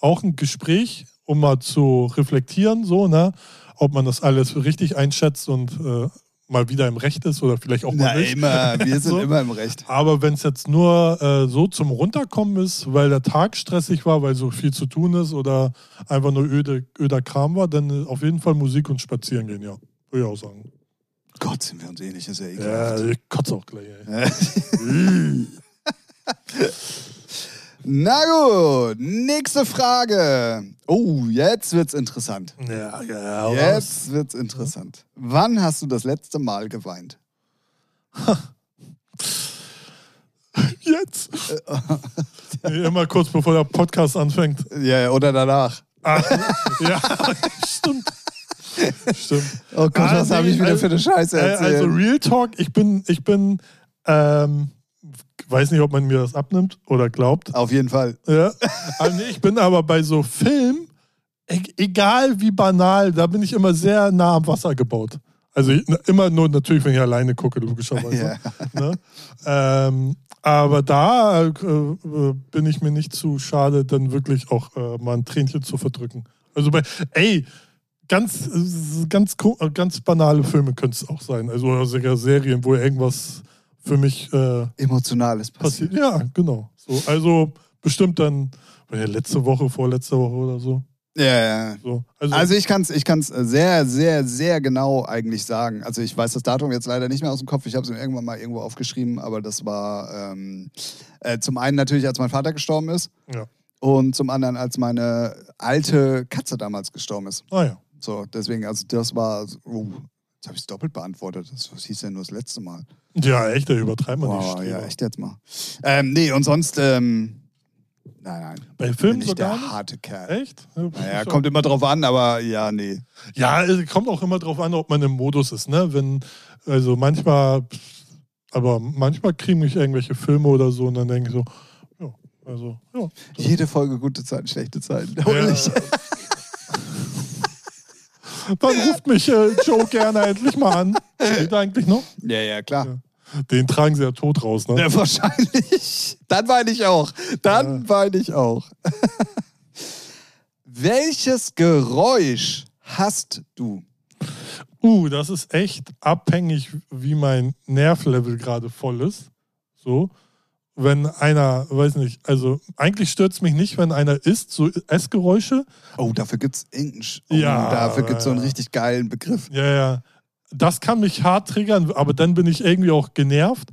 auch ein Gespräch, um mal zu reflektieren, so, ne? Ob man das alles richtig einschätzt und äh, mal wieder im Recht ist oder vielleicht auch mal Na nicht. immer, wir sind So. immer im Recht. Aber wenn es jetzt nur äh, so zum Runterkommen ist, weil der Tag stressig war, weil so viel zu tun ist oder einfach nur öde, öder Kram war, dann äh, auf jeden Fall Musik und spazieren gehen, ja. Würde ich auch sagen. Gott, sind wir uns ähnlich, ist ja ekelhaft. Ja, ich kotze auch gleich, ey. Na gut, nächste Frage. Oh, jetzt wird's interessant. Ja, ja, Jetzt wird's interessant. Wann hast du das letzte Mal geweint? Jetzt. Nee, Immer kurz bevor der Podcast anfängt. Ja, oder danach. Ah, ja, stimmt. Stimmt. Oh Gott, Ah, was habe nee, ich wieder also- für eine Scheiße Äh, erzählt? Also Real Talk, ich bin, ich bin, ähm, weiß nicht, ob man mir das abnimmt oder glaubt. Auf jeden Fall. Ja. Aber nee, Also ich bin aber bei so Film, e egal wie banal, da bin ich immer sehr nah am Wasser gebaut. Also ich- ne, immer nur natürlich, wenn ich alleine gucke, logischerweise. Ne? Ähm, aber da äh, äh, bin ich mir nicht zu schade, dann wirklich auch äh, mal ein Tränchen zu verdrücken. Also bei, ey, ganz, äh, ganz, ko- äh, ganz banale Filme können es auch sein. Also oder sogar Serien, wo irgendwas für mich äh, Emotionales passiert. passiert. Ja, genau. So, also bestimmt dann oder ja, letzte Woche, vorletzte Woche oder so. Ja, ja. so also, Also ich kann es ich kann's sehr, sehr, sehr genau eigentlich sagen. Also ich weiß das Datum jetzt leider nicht mehr aus dem Kopf. Ich habe es mir irgendwann mal irgendwo aufgeschrieben, aber das war ähm, äh, zum einen natürlich, als mein Vater gestorben ist ja. und zum anderen, als meine alte Katze damals gestorben ist. Naja. So, deswegen, also das war, oh, jetzt habe ich es doppelt beantwortet. Das was hieß ja nur das letzte Mal. Ja, echt, da übertreibt man Wow, nicht. ja, Ja, echt jetzt mal. Ähm, nee, und sonst, ähm, nein, nein. Bei Bin Filmen ich sogar der nicht. harte Kerl. Echt? Ja, Naja, schon. kommt immer drauf an, aber ja, nee. Ja, es kommt auch immer drauf an, ob man im Modus ist, ne? Wenn, also manchmal, pff, aber manchmal kriegen mich irgendwelche Filme oder so und dann denke ich so, ja, also, ja. Jede Folge gute Zeiten, schlechte Zeiten. Äh, Hoffentlich. Dann ruft mich äh, Joe gerne endlich mal an. Geht er eigentlich noch? Ja, ja, klar. Den tragen sie ja tot raus, ne? Ja, wahrscheinlich. Dann weine ich auch. Dann weine ich auch. Welches Geräusch hast du? Uh, das ist echt abhängig, wie mein Nervlevel gerade voll ist. So. Wenn einer, weiß nicht, also eigentlich stört mich nicht, wenn einer isst, so Essgeräusche. Oh, dafür gibt's irgendeinen. Sch- Oh, Ja, dafür gibt's so einen ja. richtig geilen Begriff. Ja, ja. Das kann mich hart triggern, aber dann bin ich irgendwie auch genervt.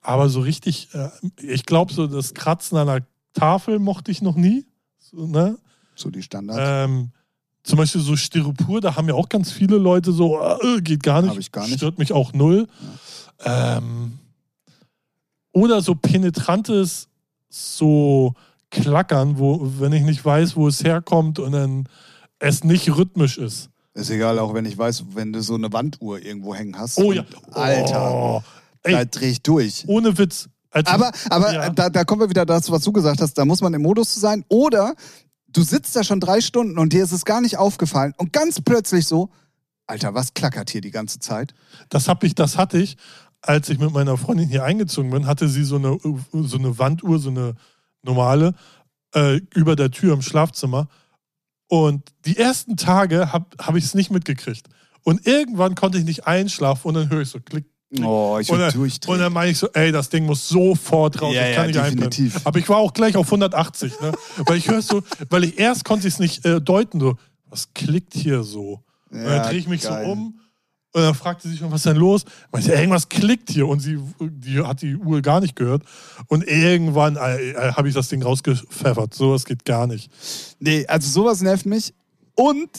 Aber so richtig, äh, ich glaube, so das Kratzen an einer Tafel mochte ich noch nie. So, ne? So die Standard. Ähm, zum Beispiel so Styropor, da haben ja auch ganz viele Leute so, äh, geht gar nicht, Hab ich gar nicht. stört mich auch null. Ähm, oder so penetrantes, so Klackern, wo, wenn ich nicht weiß, wo es herkommt und dann es nicht rhythmisch ist. Ist egal, auch wenn ich weiß, wenn du so eine Wanduhr irgendwo hängen hast. Oh ja. Und, Alter, Oh, da ey, dreh ich durch. ohne Witz. Als Aber, aber Ja. da, da kommen wir wieder dazu, was du gesagt hast. Da muss man im Modus zu sein. Oder du sitzt da schon drei Stunden und dir ist es gar nicht aufgefallen. Und ganz plötzlich so, Alter, was klackert hier die ganze Zeit? Das hab ich, das hatte ich, als ich mit meiner Freundin hier eingezogen bin, hatte sie so eine, so eine Wanduhr, so eine normale, äh, über der Tür im Schlafzimmer. Und die ersten Tage habe hab ich es nicht mitgekriegt. Und irgendwann konnte ich nicht einschlafen und dann höre ich so klick. Oh, ich Und will dann, und durchdrehen. dann meine ich so, ey, das Ding muss sofort raus. Ja, ich ja, kann nicht einpennen. definitiv. Aber ich war auch gleich auf 180, ne? weil ich höre so, weil ich erst konnte ich es nicht äh, deuten, so, was klickt hier so? Und dann Ja, drehe ich mich geil. so um und dann fragte sie schon, was ist denn los? Meinte, irgendwas klickt hier und sie die hat die Uhr gar nicht gehört. Und irgendwann äh, äh, habe ich das Ding rausgepfeffert. Sowas geht gar nicht. Nee, also sowas nervt mich. Und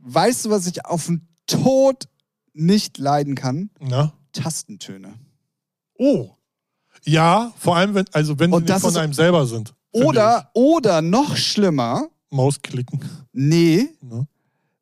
weißt du, was ich auf den Tod nicht leiden kann? Na? Tastentöne. Oh. Ja, vor allem, wenn, also wenn Und sie nicht das von ist- einem selber sind. finde Oder, oder noch schlimmer, Ich. Mausklicken. nee, Ne?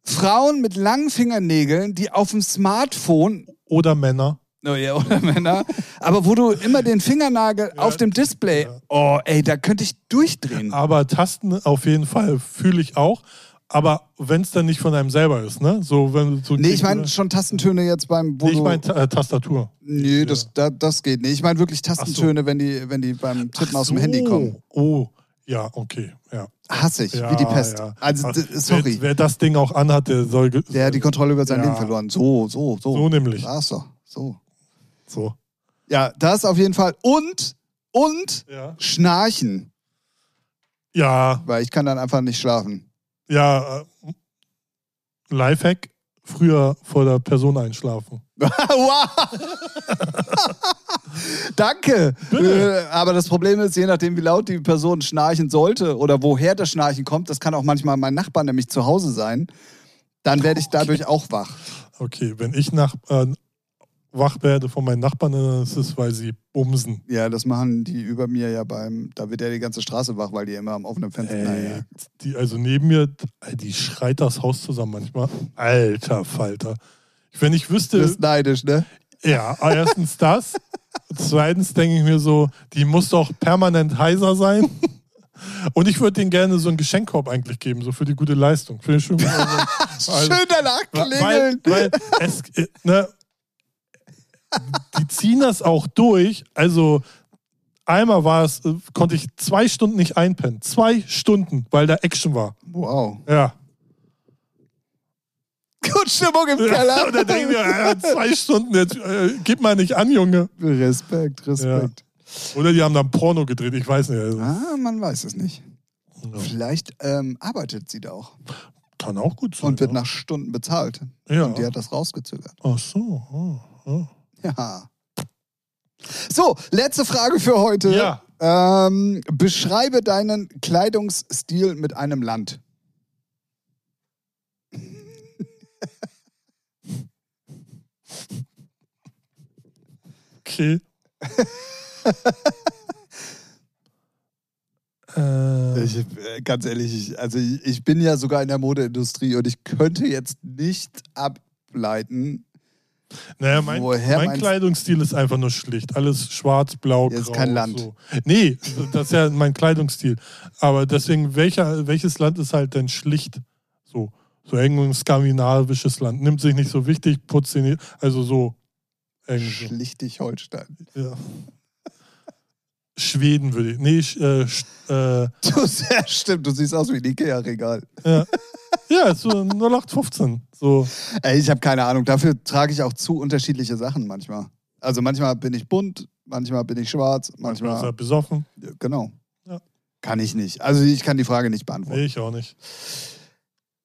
Frauen mit langen Fingernägeln, die auf dem Smartphone Oder Männer. Oh ja, oder Männer. Aber wo du immer den Fingernagel auf dem Display. Oh, ey, da könnte ich durchdrehen. Aber Tasten auf jeden Fall fühle ich auch. Aber wenn es dann nicht von einem selber ist, ne? So, wenn du so Nee, ich klicken- meine schon Tastentöne jetzt beim wo Nee, ich du- meine äh, Tastatur. Nee, das, da, das geht nicht. Ich meine wirklich Tastentöne, wenn, die, wenn die beim Tippen aus dem Handy kommen. Oh, ja, okay. Ja. Hasse ich, ja wie die Pest. ja. Also, Ach, d- sorry. Wer, wer das Ding auch anhat, der soll. ge- Der hat die Kontrolle über sein Ja. Leben verloren. So, so, so. So nämlich. Ach so, so. So. Ja, das auf jeden Fall. Und, und Ja. Schnarchen. Ja, Weil ich kann dann einfach nicht schlafen. ja. äh, Lifehack: früher vor der Person einschlafen. Wow. Danke. Bitte. Äh, aber das Problem ist, je nachdem, wie laut die Person schnarchen sollte oder woher das Schnarchen kommt, das kann auch manchmal mein Nachbar nämlich zu Hause sein, dann werde ich dadurch auch wach. Okay, wenn ich nach, äh, wach werde von meinen Nachbarn, dann ist es, weil sie bumsen. Ja, das machen die über mir ja beim, da wird ja die ganze Straße wach, weil die immer am offenen Fenster. Ey, Naja. die, also neben mir, die schreit das Haus zusammen manchmal. Alter Falter. Wenn ich Du wüsste, bist neidisch, ne? Ja, erstens das. Zweitens denke ich mir so, die muss doch permanent heiser sein. Und ich würde denen gerne so einen Geschenkkorb eigentlich geben, so für die gute Leistung. Finde ich schon gut. Also, also, Schön danach weil, klingeln. weil es, äh, ne, die ziehen das auch durch. Also einmal war es, äh, konnte ich zwei Stunden nicht einpennen. Zwei Stunden, weil da Action war. Wow. Ja. Gut Stimmung im Keller. Und da denke ich mir, Alter, zwei Stunden, jetzt äh, gib mal nicht an, Junge. Respekt, Respekt. Oder die haben dann Porno gedreht, ich weiß nicht. Also, Ah, man weiß es nicht. ja. Vielleicht ähm, arbeitet sie da auch. Kann auch gut sein. Und wird ja. nach Stunden bezahlt. Ja. Und die hat das rausgezögert. Ach so. ah, ah. Ja. So, letzte Frage für heute. Ja. Ähm, beschreibe deinen Kleidungsstil mit einem Land. Okay. äh, Ich, äh, ganz ehrlich, ich, also ich, ich bin ja sogar in der Modeindustrie und ich könnte jetzt nicht ableiten. naja, mein, woher mein meinst- Kleidungsstil ist einfach nur schlicht. Alles schwarz, blau, Ja, grau. ist kein Land. So. Nee, das ist ja mein Kleidungsstil. Aber deswegen, welcher, welches Land ist halt denn schlicht? So, so irgendein skandinavisches Land. Nimmt sich nicht so wichtig, putzt sich nicht. Also so. Mhm. Irgendwie. so. Schlichtig Holstein. Ja. Schweden würde ich. Nee, Sch- äh, Sch- äh, Du, sehr stimmt, du siehst aus wie ein Ikea-Regal. Ja, so 0815. So. Ey, ich habe keine Ahnung. Dafür trage ich auch zu unterschiedliche Sachen manchmal. Also manchmal bin ich bunt, manchmal bin ich schwarz, Manchmal ist manchmal. er besoffen. Ja, Genau. Ja. Kann ich nicht. Also ich kann die Frage nicht beantworten. Nee, ich auch nicht.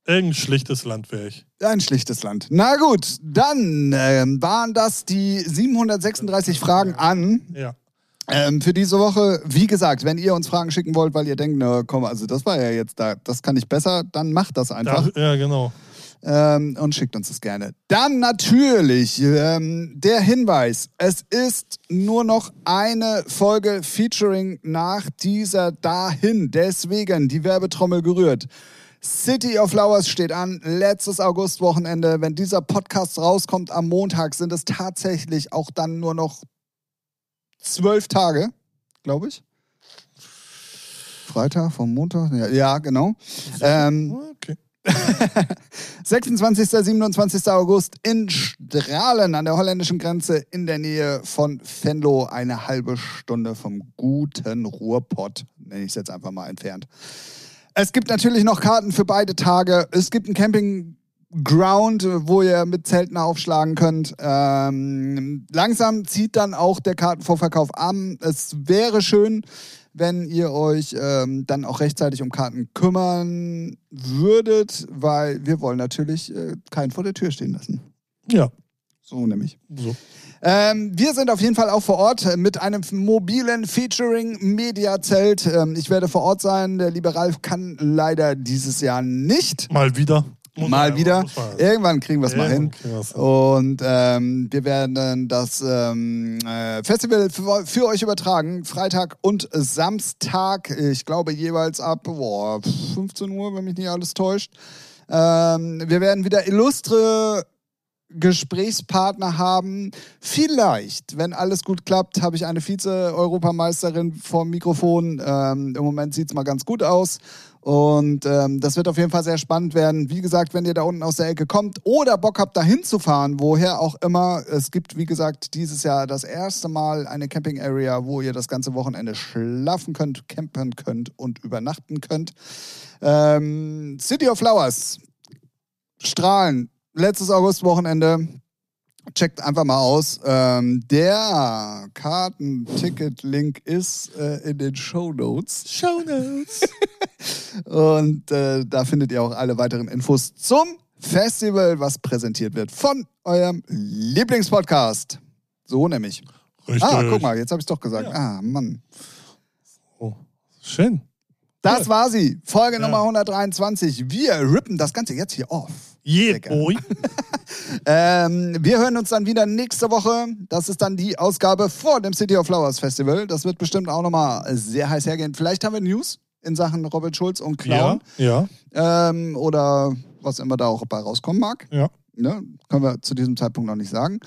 Irgendein schlichtes Land wäre ich. Ein schlichtes Land. Na gut, dann ähm, waren das die 736 Fragen an Ja. ähm, für diese Woche. Wie gesagt, wenn ihr uns Fragen schicken wollt, weil ihr denkt, na komm, also das war ja jetzt da, das kann ich besser, dann macht das einfach. Da, ja, genau. ähm, und schickt uns das gerne. Dann natürlich ähm, der Hinweis: Es ist nur noch eine Folge Featuring nach dieser dahin. Deswegen die Werbetrommel gerührt. City of Flowers steht an, letztes Augustwochenende. Wenn dieser Podcast rauskommt am Montag, sind es tatsächlich auch dann nur noch zwölf Tage, glaube ich. Freitag vom Montag? Ja, ja genau. Ähm, Okay. 26. 27. August in Strahlen an der holländischen Grenze in der Nähe von Venlo, eine halbe Stunde vom guten Ruhrpott, nenne ich es jetzt einfach mal entfernt. Es gibt natürlich noch Karten für beide Tage. Es gibt einen Campingground, wo ihr mit Zelten aufschlagen könnt. Ähm, langsam zieht dann auch der Kartenvorverkauf an. Es wäre schön, wenn ihr euch ähm, dann auch rechtzeitig um Karten kümmern würdet, weil wir wollen natürlich äh, keinen vor der Tür stehen lassen. Ja, So nämlich. so. Ähm, wir sind auf jeden Fall auch vor Ort äh, mit einem mobilen Featuring-Media-Zelt. Ähm, ich werde vor Ort sein. Der liebe Ralf kann leider dieses Jahr nicht. Mal wieder. Muss mal man, wieder. muss man. Irgendwann kriegen wir es mal hin. Irgendwann kriegen wir's hin. Und ähm, wir werden dann das ähm, äh, Festival für, für euch übertragen. Freitag und Samstag. Ich glaube jeweils ab boah, 15 Uhr, wenn mich nicht alles täuscht. Ähm, wir werden wieder illustre Gesprächspartner haben. Vielleicht, wenn alles gut klappt, habe ich eine Vize-Europameisterin vorm Mikrofon. Ähm, Im Moment sieht es mal ganz gut aus. Und ähm, das wird auf jeden Fall sehr spannend werden. Wie gesagt, wenn ihr da unten aus der Ecke kommt oder Bock habt, da hinzufahren, woher auch immer. Es gibt, wie gesagt, dieses Jahr das erste Mal eine Camping-Area, wo ihr das ganze Wochenende schlafen könnt, campen könnt und übernachten könnt. Ähm, City of Flowers, Strahlen. Letztes Augustwochenende. Checkt einfach mal aus. Ähm, der Kartenticket-Link ist äh, in den Show Notes. Show Notes. Und äh, da findet ihr auch alle weiteren Infos zum Festival, was präsentiert wird von eurem Lieblingspodcast. So nämlich. Richtig. Ah, guck mal, jetzt habe ich doch gesagt. Ah, Mann. Oh, schön. Das war sie. Folge Ja. Nummer 123. Wir rippen das Ganze jetzt hier off. Yeah, Lecker. boy. Ähm, wir hören uns dann wieder nächste Woche. Das ist dann die Ausgabe vor dem City of Flowers Festival. Das wird bestimmt auch nochmal sehr heiß hergehen. Vielleicht haben wir News in Sachen Robert Schulz und Ja, Clown. ja, Ähm, oder was immer da auch bei rauskommen mag. ja. Ne? Können wir zu diesem Zeitpunkt noch nicht sagen.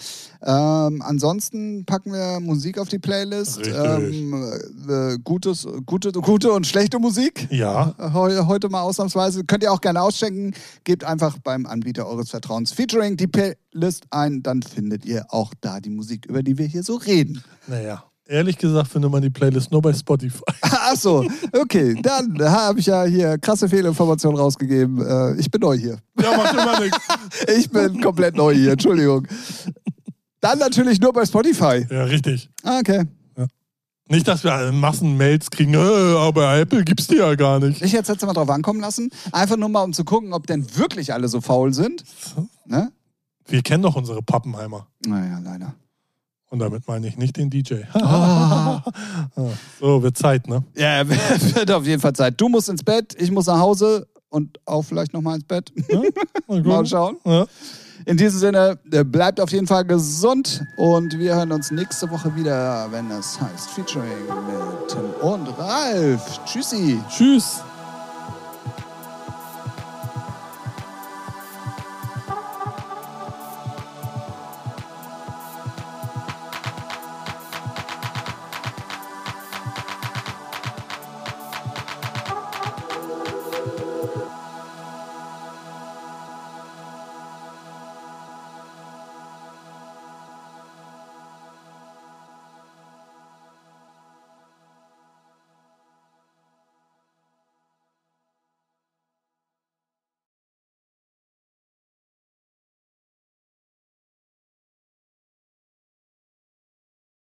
Ähm, ansonsten packen wir Musik auf die Playlist. Richtig. Ähm, äh, gutes, gute, gute und schlechte Musik. Äh, Ja, Heu- heute mal ausnahmsweise. Könnt ihr auch gerne ausschenken. Gebt einfach beim Anbieter eures Vertrauens Featuring die Playlist ein. Dann findet ihr auch da die Musik, über die wir hier so reden. naja. Ehrlich gesagt findet man die Playlist nur bei Spotify. Achso, okay. Dann habe ich ja hier krasse Fehlinformationen rausgegeben. Äh, ich bin neu hier. Ja, macht immer nichts. Ich bin komplett neu hier. Entschuldigung. Dann natürlich nur bei Spotify. Ja, richtig. Ah, okay. Nicht, dass wir alle Massenmails kriegen, äh, aber Apple gibt's die ja gar nicht. Ich hätte es jetzt mal drauf ankommen lassen. Einfach nur mal, um zu gucken, ob denn wirklich alle so faul sind. Ne? Wir kennen doch unsere Pappenheimer. Naja, leider. Und damit meine ich nicht den DJ. Ah. so, wird Zeit, ne? Ja, wird auf jeden Fall Zeit. Du musst ins Bett, ich muss nach Hause und auch vielleicht nochmal ins Bett. Ja? Na gut. Mal schauen. Ja. In diesem Sinne, äh, bleibt auf jeden Fall gesund und wir hören uns nächste Woche wieder, wenn es heißt Featuring mit Tim und Ralf. Tschüssi. Tschüss.